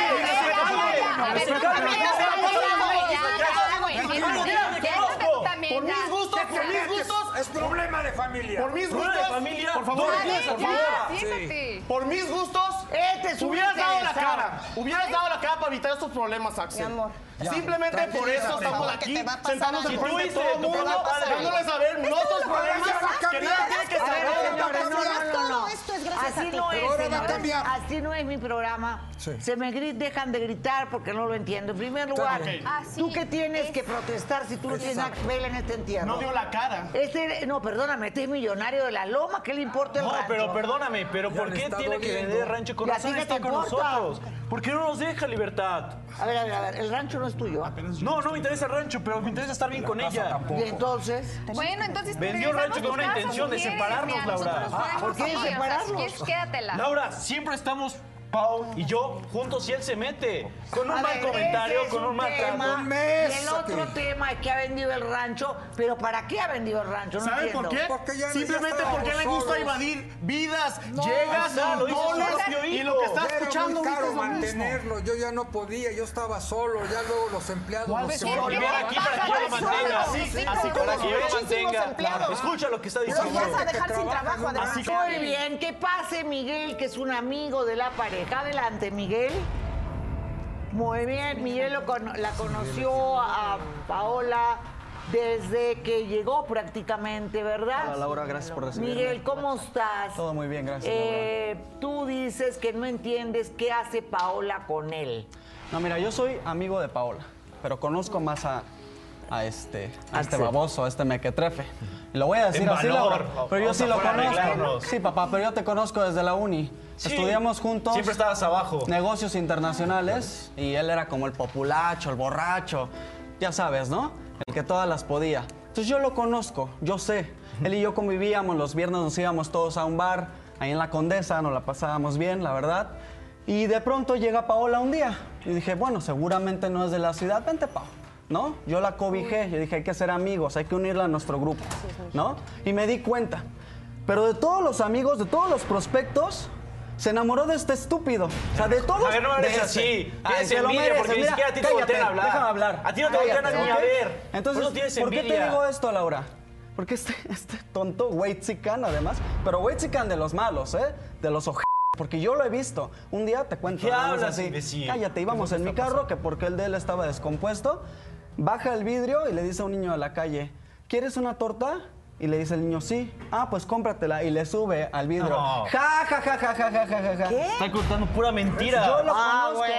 Por mis
gustos, por mis gustos.
es problema de familia.
Por mis
Rueda de
gustos.
familia.
Por favor, por favor.
Siéntate.
Por mis gustos.
Este es un
Hubieras dado la
interesado.
cara. Hubieras dado la cara para evitar estos problemas, Axel.
Mi amor.
Simplemente por eso
Tranquilízate.
estamos
Porque
aquí,
te va a pasar
sentados
algo.
enfrente de
Tú
todo el
hiciste, te
mundo,
va a pasar algo.
dándoles a ver nuestros problemas que nadie tiene que
A ver,
saber.
señores, no, no, no, no.
Todo esto es gracias
Así
a ti.
no es,
Pero ahora va a
señores.
cambiar.
Así no es mi programa.
Sí.
Se me gri- dejan de gritar porque no lo entiendo. En primer lugar,
bien.
Ah, sí,
¿tú qué tienes
es-
que protestar si tú no tienes nada que ver en este entierro?
No dio la cara.
Este, no, perdóname, este es millonario de la loma, ¿qué le importa el
No,
rancho?
pero perdóname, pero
Ya
¿por
le
qué
está
tiene que
doliendo.
vender el rancho con
Ya
razón
tiene
está
que
con
cortar.
nosotros? ¿Por qué no nos deja libertad?
A ver, a ver, a ver, el rancho no es tuyo. ¿ah?
No, no me interesa el rancho, pero me interesa estar bien con ella.
Y entonces, pues,
Bueno, entonces
Vendió
regresamos
rancho con
a
una
tu casa,
intención
si
de
quieres,
separarnos,
mira,
Laura.
nosotros
Ah,
podemos
¿por qué
ir, o sea, si
separarnos?
quieres, Quédatela.
Laura, siempre estamos Pau y yo juntos y él se mete con un
A
mal
ver,
comentario,
ese es
con un mal trato.
tema,
Un
Y
mes,
el otro
ok.
tema es que ha vendido el rancho, pero ¿para qué ha vendido el rancho? No
¿Saben por qué?
entiendo.
Porque ya- ya
Simplemente
estábamos
porque le gusta
solos.
invadir vidas. Llegas,
ya ah, lo hizo su
impones
propio
y
hijo.
lo que está
Era
escuchando
muy
ahorita
caro
es lo mismo.
mantenerlo. Yo ya no podía, yo estaba solo. Ya luego los empleados.
¿Cuál
los
es
que-
el
Volver aquí para que yo lo mantenga. Así, así para que yo lo mantenga. Escucha lo que está
Los
diciendo.
vas a dejar sin
trabajas
trabajo,
en una
además.
Así
Muy bien, que pase Miguel, que es un amigo de la pareja. Adelante, Miguel. Muy bien, Miguel lo cono- la conoció a Paola desde que llegó prácticamente, ¿verdad?
Hola, Laura, gracias por recibirme.
Miguel, ¿cómo estás?
Todo muy bien, gracias,
Eh, tú dices que no entiendes qué hace Paola con él.
No, mira, yo soy amigo de Paola, pero conozco más a, a este, a este
Axel.
baboso, a este mequetrefe. Y Lo voy a decir
Ten
así,
valor,
Laura,
papá,
pero yo sí
vamos
lo
afuera a
conozco.
arreglarnos.
Sí, papá, pero yo te conozco desde la uni.
Sí.
Estudiamos juntos.
Siempre estabas abajo.
Negocios internacionales y él era como el populacho, el borracho, ya sabes, ¿no? El que todas las podía. Entonces yo lo conozco, yo sé. Él y yo convivíamos, los viernes nos íbamos todos a un bar, ahí en la Condesa, nos la pasábamos bien, la verdad. Y de pronto llega Paola un día y dije, bueno, seguramente no es de la ciudad, vente Pao. ¿No? Yo la cobijé, yo dije, hay que ser amigos, hay que unirla a nuestro grupo, ¿no? Y me di cuenta. Pero de todos los amigos, de todos los prospectos, Se enamoró de este estúpido. O sea, de todos.
A ver, no me
de
hables
este.
así.
Ay,
Tienes
se lo
envidia,
merece.
porque ni
Mira,
siquiera a ti te
cállate,
voltean a hablar.
Déjame hablar.
A ti no te voltean a
Cállate,
ni a
¿ok?
ver.
Entonces,
Por eso tienes
¿por qué te
envidia.
digo esto, Laura? Porque este, este tonto Weitzican, además, pero Weitzican de los malos, ¿eh? De los oj... Porque yo lo he visto. Un día te cuento.
¿Qué
nada más
hablas,
así.
imbécil?
Cállate, íbamos en mi carro, que porque el de él estaba descompuesto. Baja el vidrio y le dice a un niño de la calle, ¿quieres una torta? Y le dice el niño, sí. Ah, pues cómpratela. Y le sube al vidrio.
No.
Ja, ja, ja, ja, ja, ja, ja, ja. ¿Qué?
Está contando pura mentira.
Yo lo
Ah,
conozco.
bueno,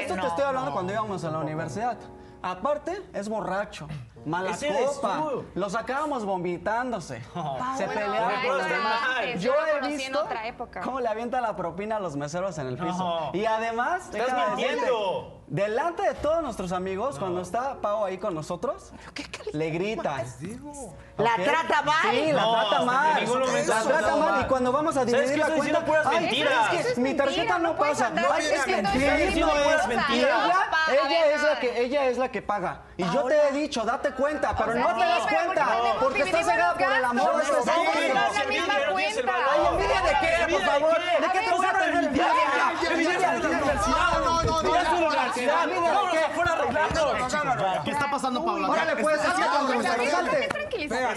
Esto te estoy hablando
no.
cuando íbamos a la universidad. Aparte, es borracho. Mala
Ese eres
copa.
tú.
Lo sacábamos vomitándose. Se
Paola,
peleaba
ay,
con los
no
demás.
manches,
Yo
yo lo
he
conocí en
visto
otra época.
cómo le avienta la propina a los meseros en el piso.
No.
Y además...
Estás
déjame decirte,
mintiendo.
Delante de todos nuestros amigos, cuando está Pau ahí con nosotros, le grita.
La
¿ok?
trata mal.
Sí, la
No,
trata
en
mal.
ningún momento
La
eso,
trata
no,
mal.
mal.
Y cuando vamos a
¿Sabes
dividir
qué?
la
Estoy
cuenta,
diciendo puras
ay,
mentiras.
es que
Eso es
mi
mentira,
tarjeta no
no puedes
pasa.
andar
No,
diciendo
es que
eso,
mentira,
estás
diciendo
no
puras
es.
mentiras.
Ella,
Papá, a
ella
ver,
es la
a
que,
ver.
ella es la que paga. Y yo te he dicho, date cuenta, pero
O sea,
no
sí,
te das
pero
cuenta
porque tenemos-
porque estás
dividimos
cegada por el
gastos,
amor de este
estamos
estúpido.
hablando de la misma
Envidia no tienes el
cuenta.
valor.
Ay, envidia de qué, por favor. ¿De qué
A
te
ver,
vas a tener envidia? Envidia de la
no, no, no, no,
universidad. Envidia de la universidad.
no,
Envidia de qué.
¿Qué está pasando, Paula?
Órale, pues, así
No,
como
pues, a ver,
salte.
déjame tranquilizar.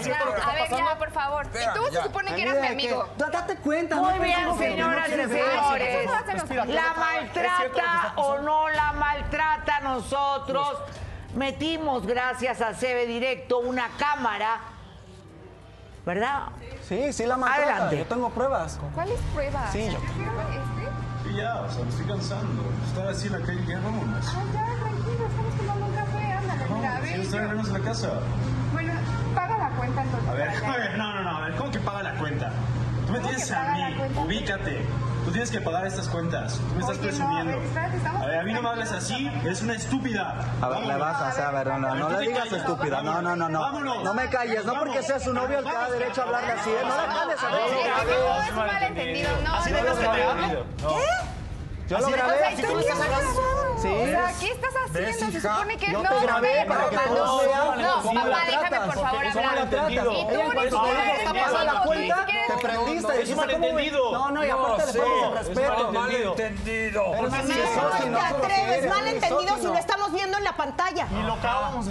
Espera,
Ya, A ver, ya, Ah, por favor. Y tú se supone que eras mi
Envidia de qué.
amigo.
Da- Date cuenta.
Muy
no te
bien,
digo que no
señoras y
quieres ver.
señores.
Eso no hacen los
La maltrata o no la maltrata nosotros. Metimos, gracias a CB Directo, una cámara. ¿Verdad?
Sí, sí la maltrata.
Adelante.
Yo tengo pruebas.
¿Cuál es prueba?
Sí, yo-
Este.
Y ya, o sea, me estoy cansando. Estar así en la calle, ya vámonos.
Ay, ya, tranquilo, estamos tomando un café, ándale, mira,
Quiero
ve.
estar al menos en la casa.
Bueno, paga la cuenta entonces.
A ver,
para allá.
a ver, no, no, no, a ver, ¿cómo que paga la cuenta? Tú me
¿Cómo que
tienes
paga
a
la
mí,
cuenta?
ubícate. Tú tienes que pagar estas cuentas. Tú me estás
Oye, no, a
presumiendo.
ver, espérate, estamos
a ver, a mí no me hablas así, eres una estúpida.
A ver, le bajas, a ver, no, no, no
Tú
le
te
digas
callas.
estúpida, no, no, no, no.
Vámonos.
No me calles, no porque sea su novio el que da derecho a hablarle así, ¿eh? No le calles a
Es que
ver.
no, es un malentendido, no.
¿Así
no,
dejas
no,
que te
no.
hable?
Yo lo
O sea, ¿y
grabé.
tú qué estás haciendo?
Sí.
O sea, ¿qué estás haciendo? Se supone que
Yo
no,
te
no
grabé
me
para que
no,
todos vean
No,
cómo la
papá, déjame
tratas,
por favor
porque son
hablar.
malentendidos.
Y tú
Ella en
ni
cuanto me
siquiera
dijo,
eres
está
mi
pagada la
amigo, tú ni
cuenta,
siquiera
te
eres mi
es
prendiste. dijiste, ¿cómo me-
malentendido.
No, no, y aparte le
sé,
pones
es
respeto.
malentendido.
Malentendido.
Eres un
No
misógino,
te
eso es lo que
atreves,
eres, un
malentendido, si
misógino.
lo estamos viendo en la pantalla.
Y lo acabamos.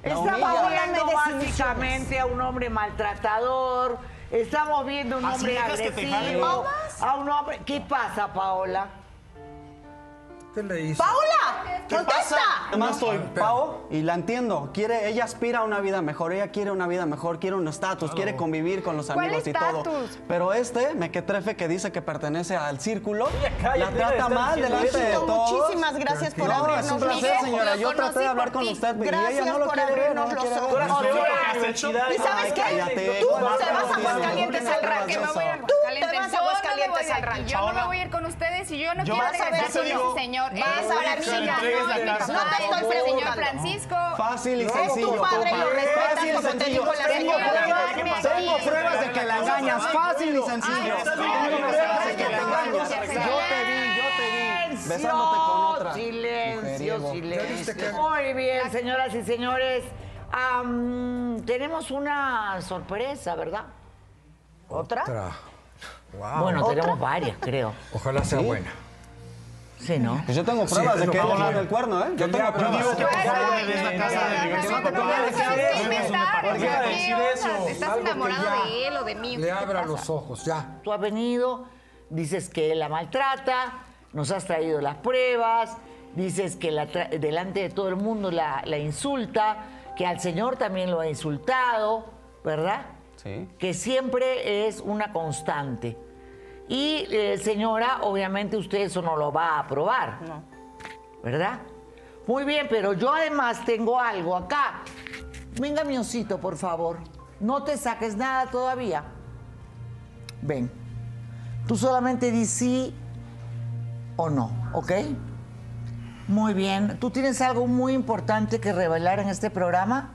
Estamos
humilla.
viendo
Háblame de desilusiones.
básicamente a un hombre maltratador. Estamos viendo a un
Así
hombre
dejas que te jalen.
agresivo. A un hombre. ¿Qué pasa, Paola?
¿Qué le hizo?
¡Paula! ¡Contesta!
Además,
estoy-
Pao, y la entiendo, quiere, ella aspira a una vida mejor, ella quiere una vida mejor, quiere un estatus, quiere convivir con los
¿Cuál
amigos y todo.
estatus?
Pero este, mequetrefe que dice que pertenece al círculo,
cállate,
la trata
está
mal
diciendo
delante de
Mijito,
todos.
muchísimas gracias por
no,
abrirnos
es un placer,
los ojos.
señora. Yo
Lo
traté
conocí
de hablar
por
con
ti.
usted y ella
Gracias
no lo
por
quiere ver, no
abrirnos
lo
los
quiere ver.
ojos.
Tú eres peor que has hecho.
¿Y sabes qué?
Cállate,
Tú
no,
te
no,
vas a
no,
Aguascalientes
no,
al
no,
rancho.
no, no, no, no.
Tú te vas a Aguascalientes
Yo no me voy a ir
al rancho.
Yo no me voy a ir con ustedes y yo no quiero
vas a ver,
regresar con
digo,
ese señor. Es
vas a
para
ver
mí
si le
ya
entregues
no es mi
la
papá.
casa. No te estoy
es el señor
preguntando.
Francisco.
Fácil y
Es tu
sencillo.
padre y lo
compa.
respetas
Fácil y
como te
sencillo.
dijo la
Tengo
señora.
pruebas,
Llevarme aquí.
tengo pruebas de que la engañas. Fácil y sencillo.
Ay, estás
Tengo
bien,
pruebas de que
ya
la
te
engañas. Yo te
engañas.
vi, yo te vi. Besándote con otra.
Silencio,
Mujeriego.
silencio. Muy bien, señoras y señores. Am, tenemos una sorpresa, ¿verdad? ¿Otra?
Tra-
Bueno, tenemos varias, creo.
Ojalá sea buena.
Sí, ¿no?
Pues yo tengo
Sí,
pruebas
es
de
lo
que
que
ella
voy a
tiene
ver.
el cuerno, ¿eh? Yo
El
tengo
diablo.
pruebas.
que por favor me des la casa de
Ay,
diversión.
no, no, no,
Porque
no,
él
no,
quiere,
sabes
no,
inventar,
no, no,
o sea,
no, decir
¿qué
eso.
onda? Estás
Algo que
enamorado
ya
de él o de mí.
Le
¿qué
abra
pasa?
los ojos, ya.
Tú has venido, dices que la maltrata, nos has traído las pruebas, dices que la tra- delante de todo el mundo la, la insulta, que al señor también lo ha insultado, ¿verdad?
Sí.
Que siempre es una constante. Y eh, señora, obviamente usted eso no lo va a aprobar. No. ¿Verdad? Muy bien, pero yo además tengo algo acá. Venga, mi osito, por favor. No te saques nada todavía. Ven. Tú solamente di sí o no, ¿ok? Muy bien. ¿Tú tienes algo muy importante que revelar en este programa?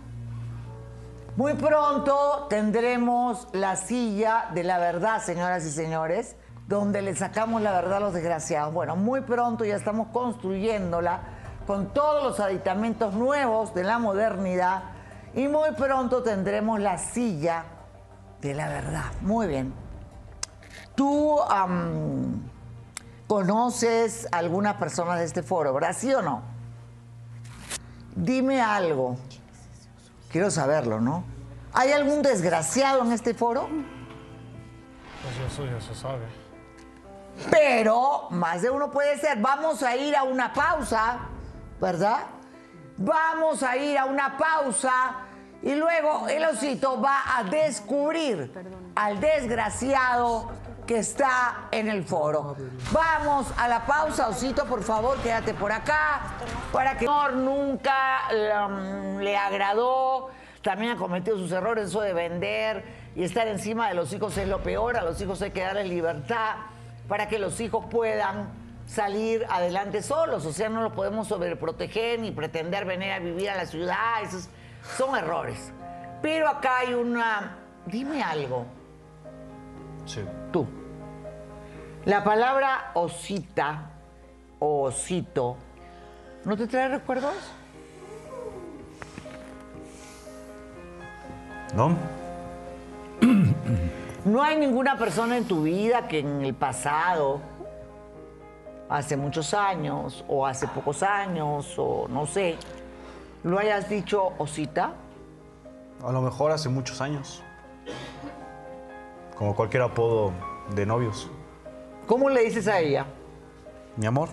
Muy pronto tendremos la silla de la verdad, señoras y señores, donde le sacamos la verdad a los desgraciados. Bueno, muy pronto ya estamos construyéndola con todos los aditamentos nuevos de la modernidad y muy pronto tendremos la silla de la verdad. Muy bien. Tú am, conoces a algunas personas de este foro, ¿verdad? ¿Sí o no? Dime algo. Quiero saberlo, ¿no? ¿Hay algún desgraciado en este foro?
Pues eso ya se sabe.
Pero más de uno puede ser. Vamos a ir a una pausa, ¿verdad? Vamos a ir a una pausa y luego el osito va a descubrir al desgraciado que está en el foro. Vamos a la pausa, osito, por favor, quédate por acá para que no, nunca la- le agradó. También ha cometido sus errores, eso de vender y estar encima de los hijos es lo peor. A los hijos hay que darles libertad para que los hijos puedan salir adelante solos. O sea, no los podemos sobreproteger ni pretender venir a vivir a la ciudad. Esos son errores. Pero acá hay una... Dime algo.
Sí.
Tú. La palabra osita o osito, ¿no te trae recuerdos?
¿No?
No hay ninguna persona en tu vida que en el pasado, hace muchos años o hace pocos años o no sé, lo hayas dicho osita.
A lo mejor hace muchos años. Como cualquier apodo de novios.
¿Cómo le dices a ella?
Mi amor.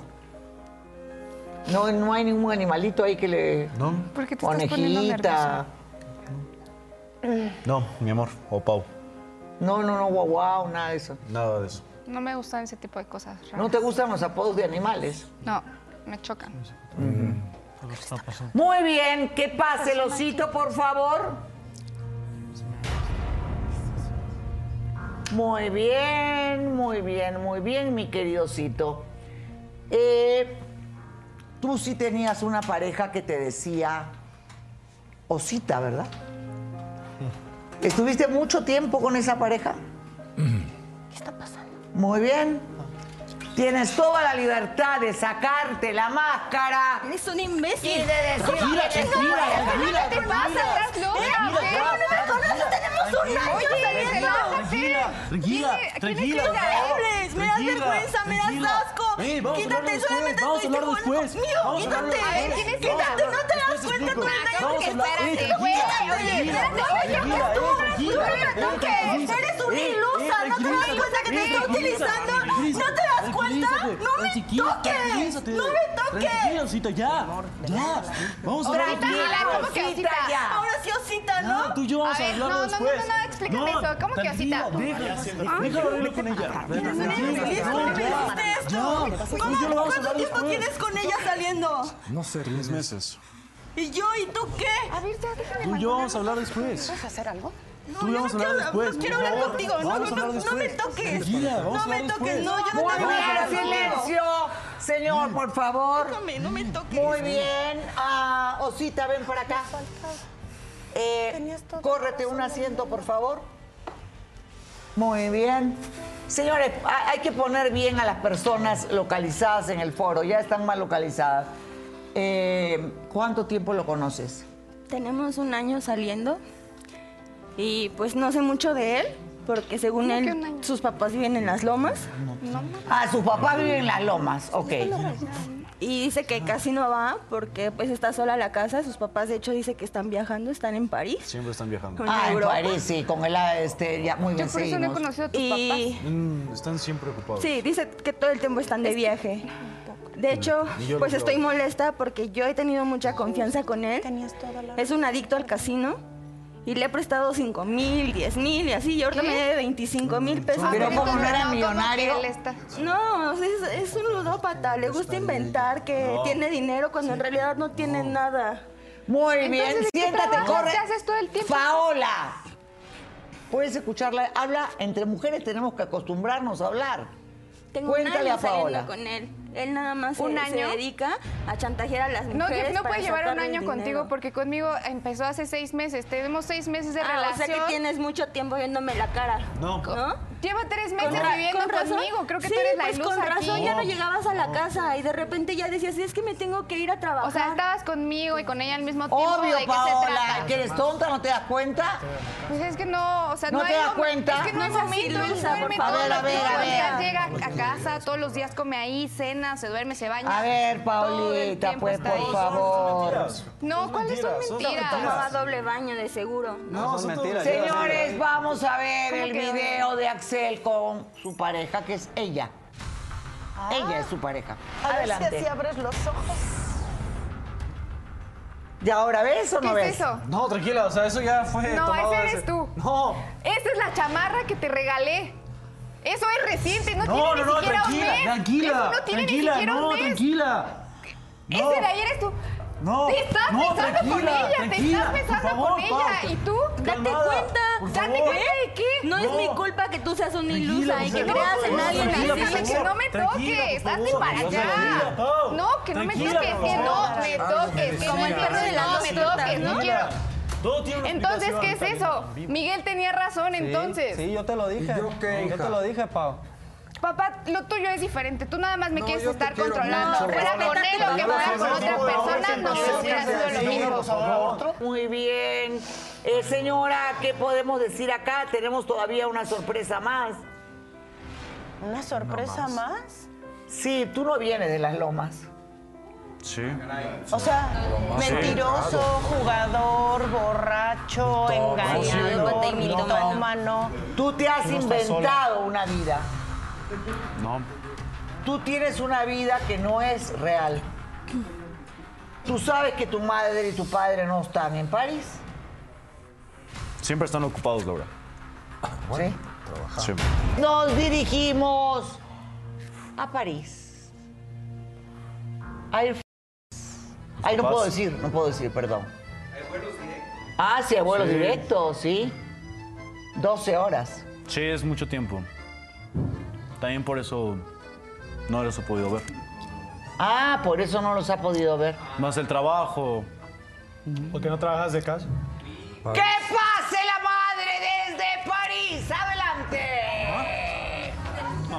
No, no hay ningún animalito ahí que le...
No.
¿Por qué
te estás poniendo
Conejita.
No, mi amor. O Pau.
No, no, no, guau, guau, nada de eso.
Nada de eso.
No me gustan ese tipo de cosas raras.
¿No te gustan los apodos de animales?
No, me chocan.
Muy bien, que pase el osito, por favor. Muy bien, muy bien, muy bien, mi queridocito. Eh, tú sí tenías una pareja que te decía osita, ¿verdad? ¿Estuviste mucho tiempo con esa pareja? Muy bien. Tienes toda la libertad de sacarte la máscara. Eres un imbécil. Y de
Mírate,
decir, "Eres un
mírate,
imbécil".
mírate,
¿Qué te
mírate,
pasa?
mírate,
¿Estás loca,
mírate,
güey?
mírate,
No me
mírate,
conoces, tenemos un
tranquila,
año saliendo.
tranquila, tranquila, tranquila,
¡Son
por favor,
horribles! ¡Me das
tranquila,
vergüenza! ¡Me
tranquila.
das asco!
Ey, vamos a hablar
¡Quítate!
después,
¡Solamente
vamos a
estuviste
hablar
con
después.
mío!
Vamos a hablar
¡Quítate!
después. A ver, ¿quién es ella?
¡Quítate! ¡No te das
Después
cuenta!
explico.
¡Tú eres
Vamos a
que
hablar.
espérate!
Ey,
¡Quítate!
tranquila,
¡Espérate! ¡No
tranquila, eh,
te tú! ¡Tú
tranquila,
eres
eh,
lo
tranquila.
que ¡Eres una
Eh, eh,
ilusa! ¡No te das
tranquilízate,
cuenta que te
eh,
está
tranquilízate,
utilizando! ¡No
tranquilízate,
te das cuenta! ¡No me toques! tranquilízate. ¡No me toques!
Tranquila, Osita, ya. Ya. Vamos a hablar
Tranquila, ¿cómo que osita?
Ahora sí, Osita, ¿no?
No, tú y yo vamos a
ver,
hablarlo
no, no,
después.
No, no, no, explícate eso. ¿Cómo que osita?
Déjala,
Ay,
déjala hablarlo con ella.
esto? ¿Cómo? ¿Cuánto tiempo tienes con ella saliendo?
No sé, tres meses.
¿Y yo? ¿Y tú qué? A ver, ya déjame.
Tú y yo vamos a hablar después.
¿Puedes hacer algo? No,
Tú y
yo
yo vamos a hablar después.
No quiero
por
hablar
favor.
contigo. No,
Vamos a
no,
hablar
no me
después.
toques.
Tranquila, vamos
No
a
me
hablar
toques.
después.
No, yo no
Muy
te voy a hablar
bien,
contigo.
silencio. Señor, por favor. No me toques. Muy bien. Ah, Osita, ven para acá. Eh, córrete un asiento, por favor. Muy bien. Señores, ha- hay que poner bien a las personas localizadas en el foro. Ya están mal localizadas. Eh, ¿Cuánto tiempo lo conoces?
Tenemos un año saliendo y pues no sé mucho de él porque según
¿Cómo que
él sus papás viven en las lomas.
Ah, sus papás viven en las lomas. Ok.
Y dice que casi no va porque pues está sola la casa. Sus papás de hecho dice que están viajando, están en París.
Siempre están viajando.
Con
Ah, en
Europa.
París, sí, con el ah, este, ya muy bien. seguimos.
y...
Mm, están siempre ocupados.
Sí, dice que todo el tiempo están de viaje. De hecho,
Y yo lo
pues
creo.
estoy molesta porque yo he tenido mucha confianza con él. Es un adicto al casino y le he prestado 5 mil, 10 mil y así. Y ahorita me debe 25 mil pesos.
Mm, Pero como no era millonario.
No, es, es un ludópata. Le gusta inventar que
No.
tiene dinero cuando en realidad no tiene nada.
Muy bien, siéntate, corre.
todo el
Paola, puedes escucharla. Habla, entre mujeres tenemos que acostumbrarnos a hablar.
Tengo un
Cuéntale
año
a Paola.
saliendo con él. Él nada más se-
¿Un
se,
año?
dedica a chantajear a las
No,
mujeres.
que- no
para
puede llevar un
sacarle
año
el
contigo
dinero.
porque conmigo empezó hace seis meses. Tenemos seis meses de
Ah,
relación.
O sea que tienes mucho tiempo viéndome la cara.
No.
¿No?
Lleva tres meses
Con ra-
viviendo
con razón-
conmigo. Creo que
sí,
tú eres la
pues
luz
con
aquí.
razón ya no llegabas a la casa y de repente ya decías, es que me tengo que ir a trabajar.
O sea, estabas conmigo y con ella al mismo tiempo.
Obvio,
¿De qué se
Paola,
trata?
que eres tonta, ¿no te das cuenta?
Pues es que no, o sea,
¿No
no,
te
hay
das
momen-
cuenta?
Es que no hay
No seas
momento, él
ilusa, por
duerme
favor.
todos
A ver,
los
a ver, a
días,
ver.
llega a casa, todos los días come ahí, cena, se duerme, se baña.
A ver,
Todo el
Paulita,
tiempo
pues
está ahí.
por favor.
No, ¿cuáles son mentiras?
Tomaba doble baño de seguro.
No, son mentiras. Señores, vamos a ver
¿Cómo
el
que-
video de Axel con su pareja, que es ella. Ella es su pareja.
Adelante.
Adelante.
ver si así abres los ojos.
¿Y ahora ves o no
¿Qué es
ves?
eso?
No, tranquila, o sea, eso ya fue.
No,
tomado
ese
hace-
eres tú.
No.
Esa es la chamarra que te regalé. Eso es reciente, no,
No,
tiene
no,
ni
no,
siquiera
tranquila,
un mes.
tranquila,
Eso no tiene
tranquila,
ni siquiera
no,
un mes.
tranquila. No.
Ese de ahí eres tú.
No,
te estás
no,
besando con
tranquila,
ella,
tranquila, por
te estás besando
favor,
con ella.
Pau,
¿Y tú?
Date cuenta,
date cuenta de qué.
¿Eh? No, es mi culpa que tú seas una ilusa y que
no,
creas en
no,
alguien así.
tranquila, por favor, Que no me tranquila, toques, por hazte favor, para no se allá. ría, Pau. No, que no me Tranquila, toques, por que no favor. me toques, que
Como el
no
perro de
me
las dos
toques,
tortas,
no
¿no?
quiero.
Todo tiene una
Entonces, ¿qué es
explicación,
eso?
también.
Miguel tenía razón,
Sí,
entonces.
Sí, yo te lo dije.
¿Y yo qué,
Yo
hija?
te lo dije, Pau.
Papá, lo tuyo es diferente. Tú nada más me quieres
yo te
estar
quiero
controlando.
mucho.
Fuera con él o que fuera con otra persona, no hubiera sido lo mismo.
Muy bien. Eh, señora, ¿qué podemos decir acá? Tenemos todavía una sorpresa más.
¿Una sorpresa más?
Sí, tú no vienes de las lomas.
Sí.
O sea,
Sí,
mentiroso,
claro.
jugador, borracho, engañador,
Sí, no.
mitómano.
Tú te has
No estás
inventado
sola.
una vida.
No.
Tú tienes una vida que no es real. Tú sabes que tu madre y tu padre no están en París.
Siempre están ocupados, Laura.
Bueno,
trabajar. Siempre.
Nos dirigimos a París. Hay... Ay, no puedo decir, no puedo decir, perdón. Ah, sí, abuelos
Sí.
directos, sí. 12 horas.
Sí, es mucho tiempo. También por eso no los he podido ver.
Ah, por eso no los ha podido ver.
Más el trabajo.
¿Por qué no trabajas de casa?
¡Que pase la madre desde París! ¡Adelante!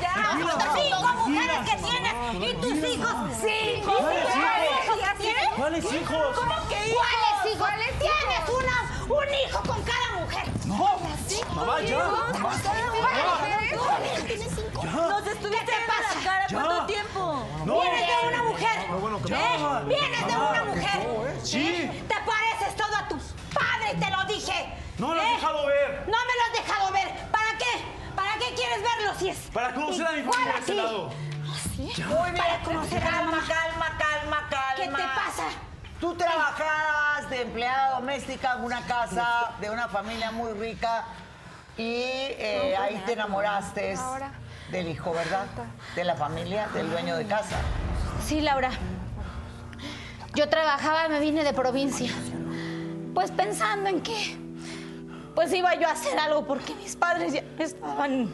ya.
Con
Tranquila,
tus cinco
mamá,
mujeres que
tranquila,
tienes y
mamá,
tus
tranquila,
hijos.
mamá.
Cinco
¿Cuáles
hijos
hijos?
que tienes.
¿Cuáles hijos?
¿Cómo que hijos? ¿Cuáles hijos? Tienes una- un hijo con cada mujer.
No. Mamá, ya.
hijos.
Mamá,
¿Cuáles hijos? Tienes cinco.
Nos estuviste
¿Qué
viendo
pasa?
la cara
Ya.
cuánto tiempo.
No. Vienes de una mujer. ¿eh? Vienes de una mujer.
Sí.
¿eh? Te pareces todo a tu padre, te lo dije.
No lo has
¿eh?
dejado ver.
No me lo has dejado ver. ¿Para qué? ¿Para qué quieres verlo si es?
Para conocer a mi
igual
familia de
a
este
ti?
lado.
¿Sí?
Muy bien,
Para conocer a la
calma,
mamá.
calma, calma, calma.
¿Qué te pasa?
Tú trabajabas de empleada doméstica en una casa de una familia muy rica y eh,
No, pues
ahí te enamoraste
ahora.
del hijo, ¿verdad? De la familia, del dueño de casa.
Sí, Laura. Yo trabajaba, me vine de provincia. Pues pensando en que pues iba yo a hacer algo porque mis padres ya estaban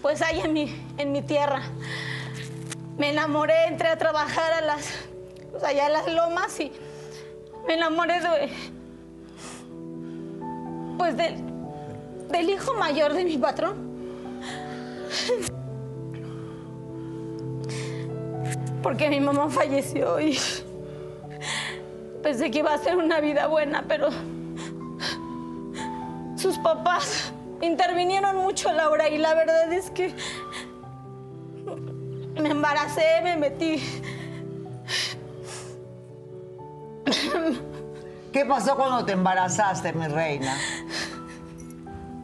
pues ahí en mi, en mi tierra. Me enamoré, entré a trabajar a las pues, allá en las lomas y me enamoré de pues del, del hijo mayor de mi patrón. Porque mi mamá falleció y pensé que iba a ser una vida buena, pero sus papás intervinieron mucho, Laura, y la verdad es que me embaracé, me metí.
¿Qué pasó cuando te embarazaste, mi reina?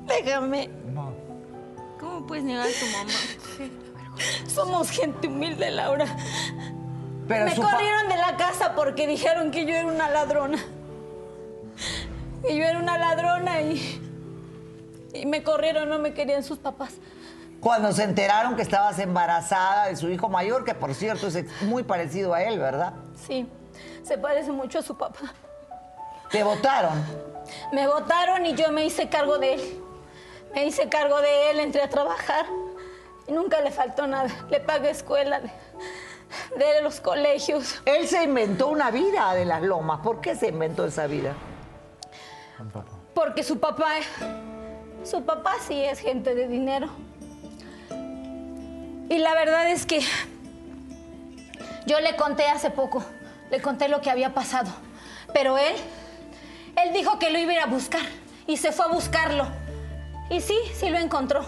Déjame.
¿Cómo puedes negar a tu mamá?
Somos gente humilde, Laura.
Pero
me
su pa-
corrieron de la casa porque dijeron que yo era una ladrona. Que yo era una ladrona y, y me corrieron, no me querían sus papás.
Cuando se enteraron que estabas embarazada de su hijo mayor, que por cierto es ex- muy parecido a él, ¿verdad?
Sí, se parece mucho a su papá.
Te votaron.
Me votaron y yo me hice cargo de él. Me hice cargo de él, entré a trabajar. Y nunca le faltó nada. Le pagué escuela, le- de los colegios.
Él se inventó una vida de las lomas. ¿Por qué se inventó esa vida?
Porque su papá, su papá sí es gente de dinero. Y la verdad es que yo le conté hace poco, le conté lo que había pasado. Pero él, él dijo que lo iba a ir a buscar y se fue a buscarlo. Y sí, sí lo encontró.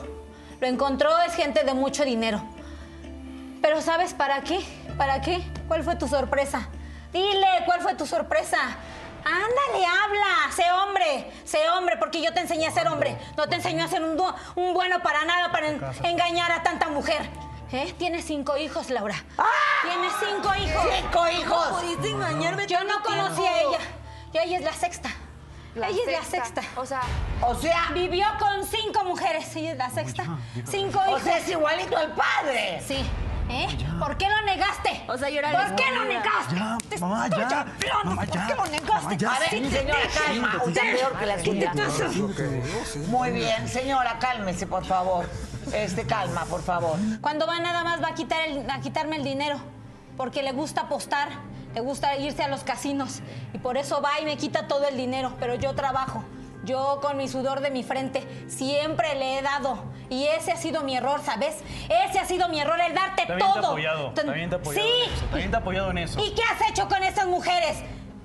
Lo encontró, es gente de mucho dinero. Pero ¿sabes para qué? ¿Para qué? ¿Cuál fue tu sorpresa? Dile, ¿cuál fue tu sorpresa? Ándale, habla, sé hombre, sé hombre, porque yo te enseñé a ser hombre. No te enseñé a ser un, du- un bueno para nada, para en- engañar a tanta mujer. ¿Eh? Tienes cinco hijos, Laura. Tienes cinco hijos.
¡Ah! ¡Cinco hijos!
¿Cómo pudiste engañarme Yo no
tanto
conocí
tiempo?
a ella. Yo ella es la sexta. ella es la sexta. O sea, o sea, vivió con cinco mujeres. Ella es la sexta. Cinco
O
hijos.
sea, es igualito al padre.
Sí. ¿Eh? ¿Por qué lo negaste? O sea, yo
era
¿Por
lesbiana.
qué lo negaste?
Ya,
Te
mamá,
estoy
ya.
campeón.
Mamá,
¿Por
ya.
qué lo negaste?
Mamá, ya,
ver,
siéntate,
señora,
siéntate.
calma.
Usted es peor que la
¿Qué te
suya.
pasa?
Muy bien, señora, cálmese, por favor. Este, calma, por favor.
Cuando va nada más va a, quitar el- a quitarme el dinero, porque le gusta apostar, le gusta irse a los casinos, y por eso va y me quita todo el dinero, pero yo trabajo. Yo con mi sudor de mi frente siempre le he dado. Y ese ha sido mi error, ¿sabes? Ese ha sido mi error, el darte
También te
todo.
ha apoyado.
Tan-
También te ha apoyado. en
Sí,
eso, También te ha apoyado en eso.
¿Y qué has hecho con esas mujeres?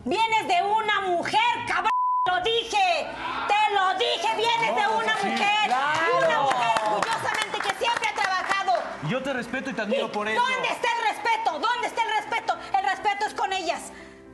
Vienes de una mujer, cabrón. Lo dije, te lo dije, vienes de una mujer, una mujer orgullosamente que siempre ha trabajado.
Y Yo te respeto y te admiro por eso.
¿Dónde está el respeto? ¿Dónde está el respeto? El respeto es con ellas,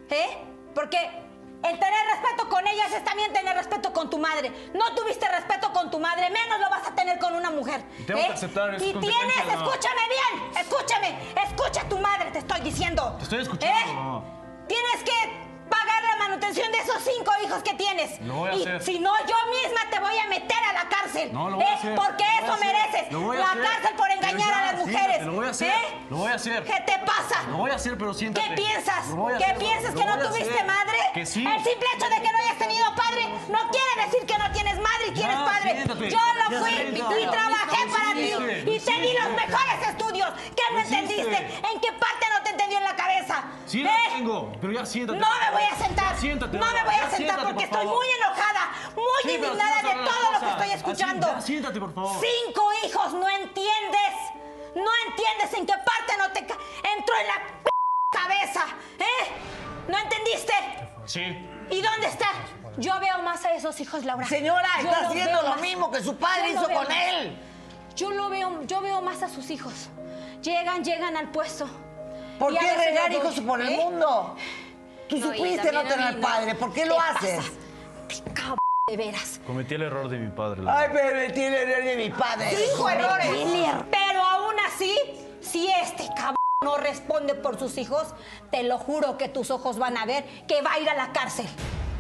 ¿eh? Porque el tener respeto con ellas es también tener respeto con tu madre. No tuviste respeto con tu madre, menos lo vas a tener con una mujer. ¿eh?
Y tengo que aceptar esas
Y tienes,
consecuencias, ¿no?
escúchame bien, escúchame, escucha a tu madre, te estoy diciendo.
Te estoy escuchando.
¿Eh?
mamá.
Tienes que pagar la manutención de esos cinco hijos que tienes.
Lo voy a
Y
hacer.
Si no, yo misma te voy a meter a la cárcel.
No, lo voy
¿eh?
a hacer.
Porque
Lo voy a
eso
hacer.
mereces.
Lo voy a
la
hacer.
cárcel por
Pero
engañar
ya,
a las
siéntate,
mujeres.
Lo voy a hacer.
¿eh?
Lo voy a hacer.
¿Qué te pasa?
Lo voy a hacer, pero siéntate.
¿Qué piensas?
Lo voy a
¿Qué
hacer,
piensas
lo
que no
voy a
tuviste
hacer.
madre?
Que sí.
El simple hecho de que no hayas tenido padre no quiere decir que no tienes madre y tienes padre.
siéntate.
Yo lo
Ya,
fui
siéntate.
y trabajé
Lo
para ti y
hiciste, lo
te di los
hiciste.
mejores estudios. ¿Qué no
Lo hiciste.
entendiste? ¿En qué parte no te entendió en la cabeza?
Sí,
¿Eh?
lo tengo. Pero ya siéntate.
No me voy a sentar.
Ya siéntate.
no me
Laura,
voy
ya
a sentar
siéntate,
porque
por
estoy
favor.
muy enojada, muy
Sí, pero
indignada
sí vas a
de
hablar las
todo lo que
cosas.
estoy escuchando.
Así, ya, siéntate, por favor.
Cinco hijos, no entiendes. No entiendes en qué parte no te ca- entró en la p- cabeza, ¿eh? ¿No entendiste?
Sí.
¿Y dónde está? Yo veo más a esos hijos, Laura.
Señora,
Yo
está
los
haciendo
veo
lo
más.
mismo que su
Yo lo
padre hizo
veo
con
más.
él.
Yo lo veo, yo veo más a sus hijos. Llegan, llegan al puesto.
¿Por
Y a
qué
veces
regar
los dos,
hijos por el
¿eh?
mundo? Tú
No, Eh, y
supiste no
también a
tener
mí,
padre. ¿Por qué lo
Te
haces?
pasas. Qué cabrón, De veras.
Cometí el error de mi padre. la
Ay, pero tiene error de mi padre.
Cinco errores. Pero aún así, si este cabrón no responde por sus hijos, te lo juro que tus ojos van a ver que va a ir a la cárcel.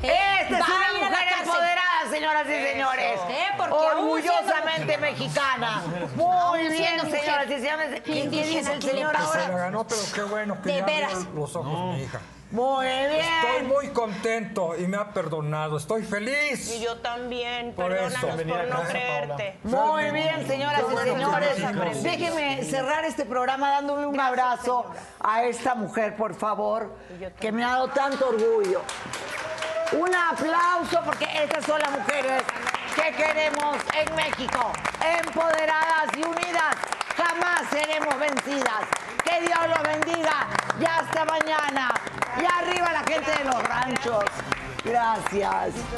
¿Eh?
Esta es
Va a ir
una
a la
mujer
cárcel.
empoderada, señores y
Eso.
señores.
¿Eh? Porque aún siendo
Orgullosamente
mujer-
mexicana.
Aún
Muy bien,
siendo mujer.
señoras y señores. ¿Y qué dice
Indígena,
el
¿qué le
señor
Que se la
ahora?
ganó, pero qué bueno que
De
ya abrió
veras.
los ojos, mi hija.
Muy
Estoy
bien.
muy contento y me ha perdonado. Estoy feliz.
Y yo también,
Por eso.
perdónanos
Bienvenida
por
a
no
casa,
creerte.
Muy bien, señoras
Qué
y
bueno que
señores.
viniste.
Déjenme cerrar este programa dándole un abrazo a esta mujer, por favor, que me ha dado tanto orgullo. Un aplauso porque estas son las mujeres que queremos en México, empoderadas y unidas. Jamás seremos vencidas. Que Dios los bendiga. Y hasta mañana. Y arriba la gente de los ranchos. Gracias.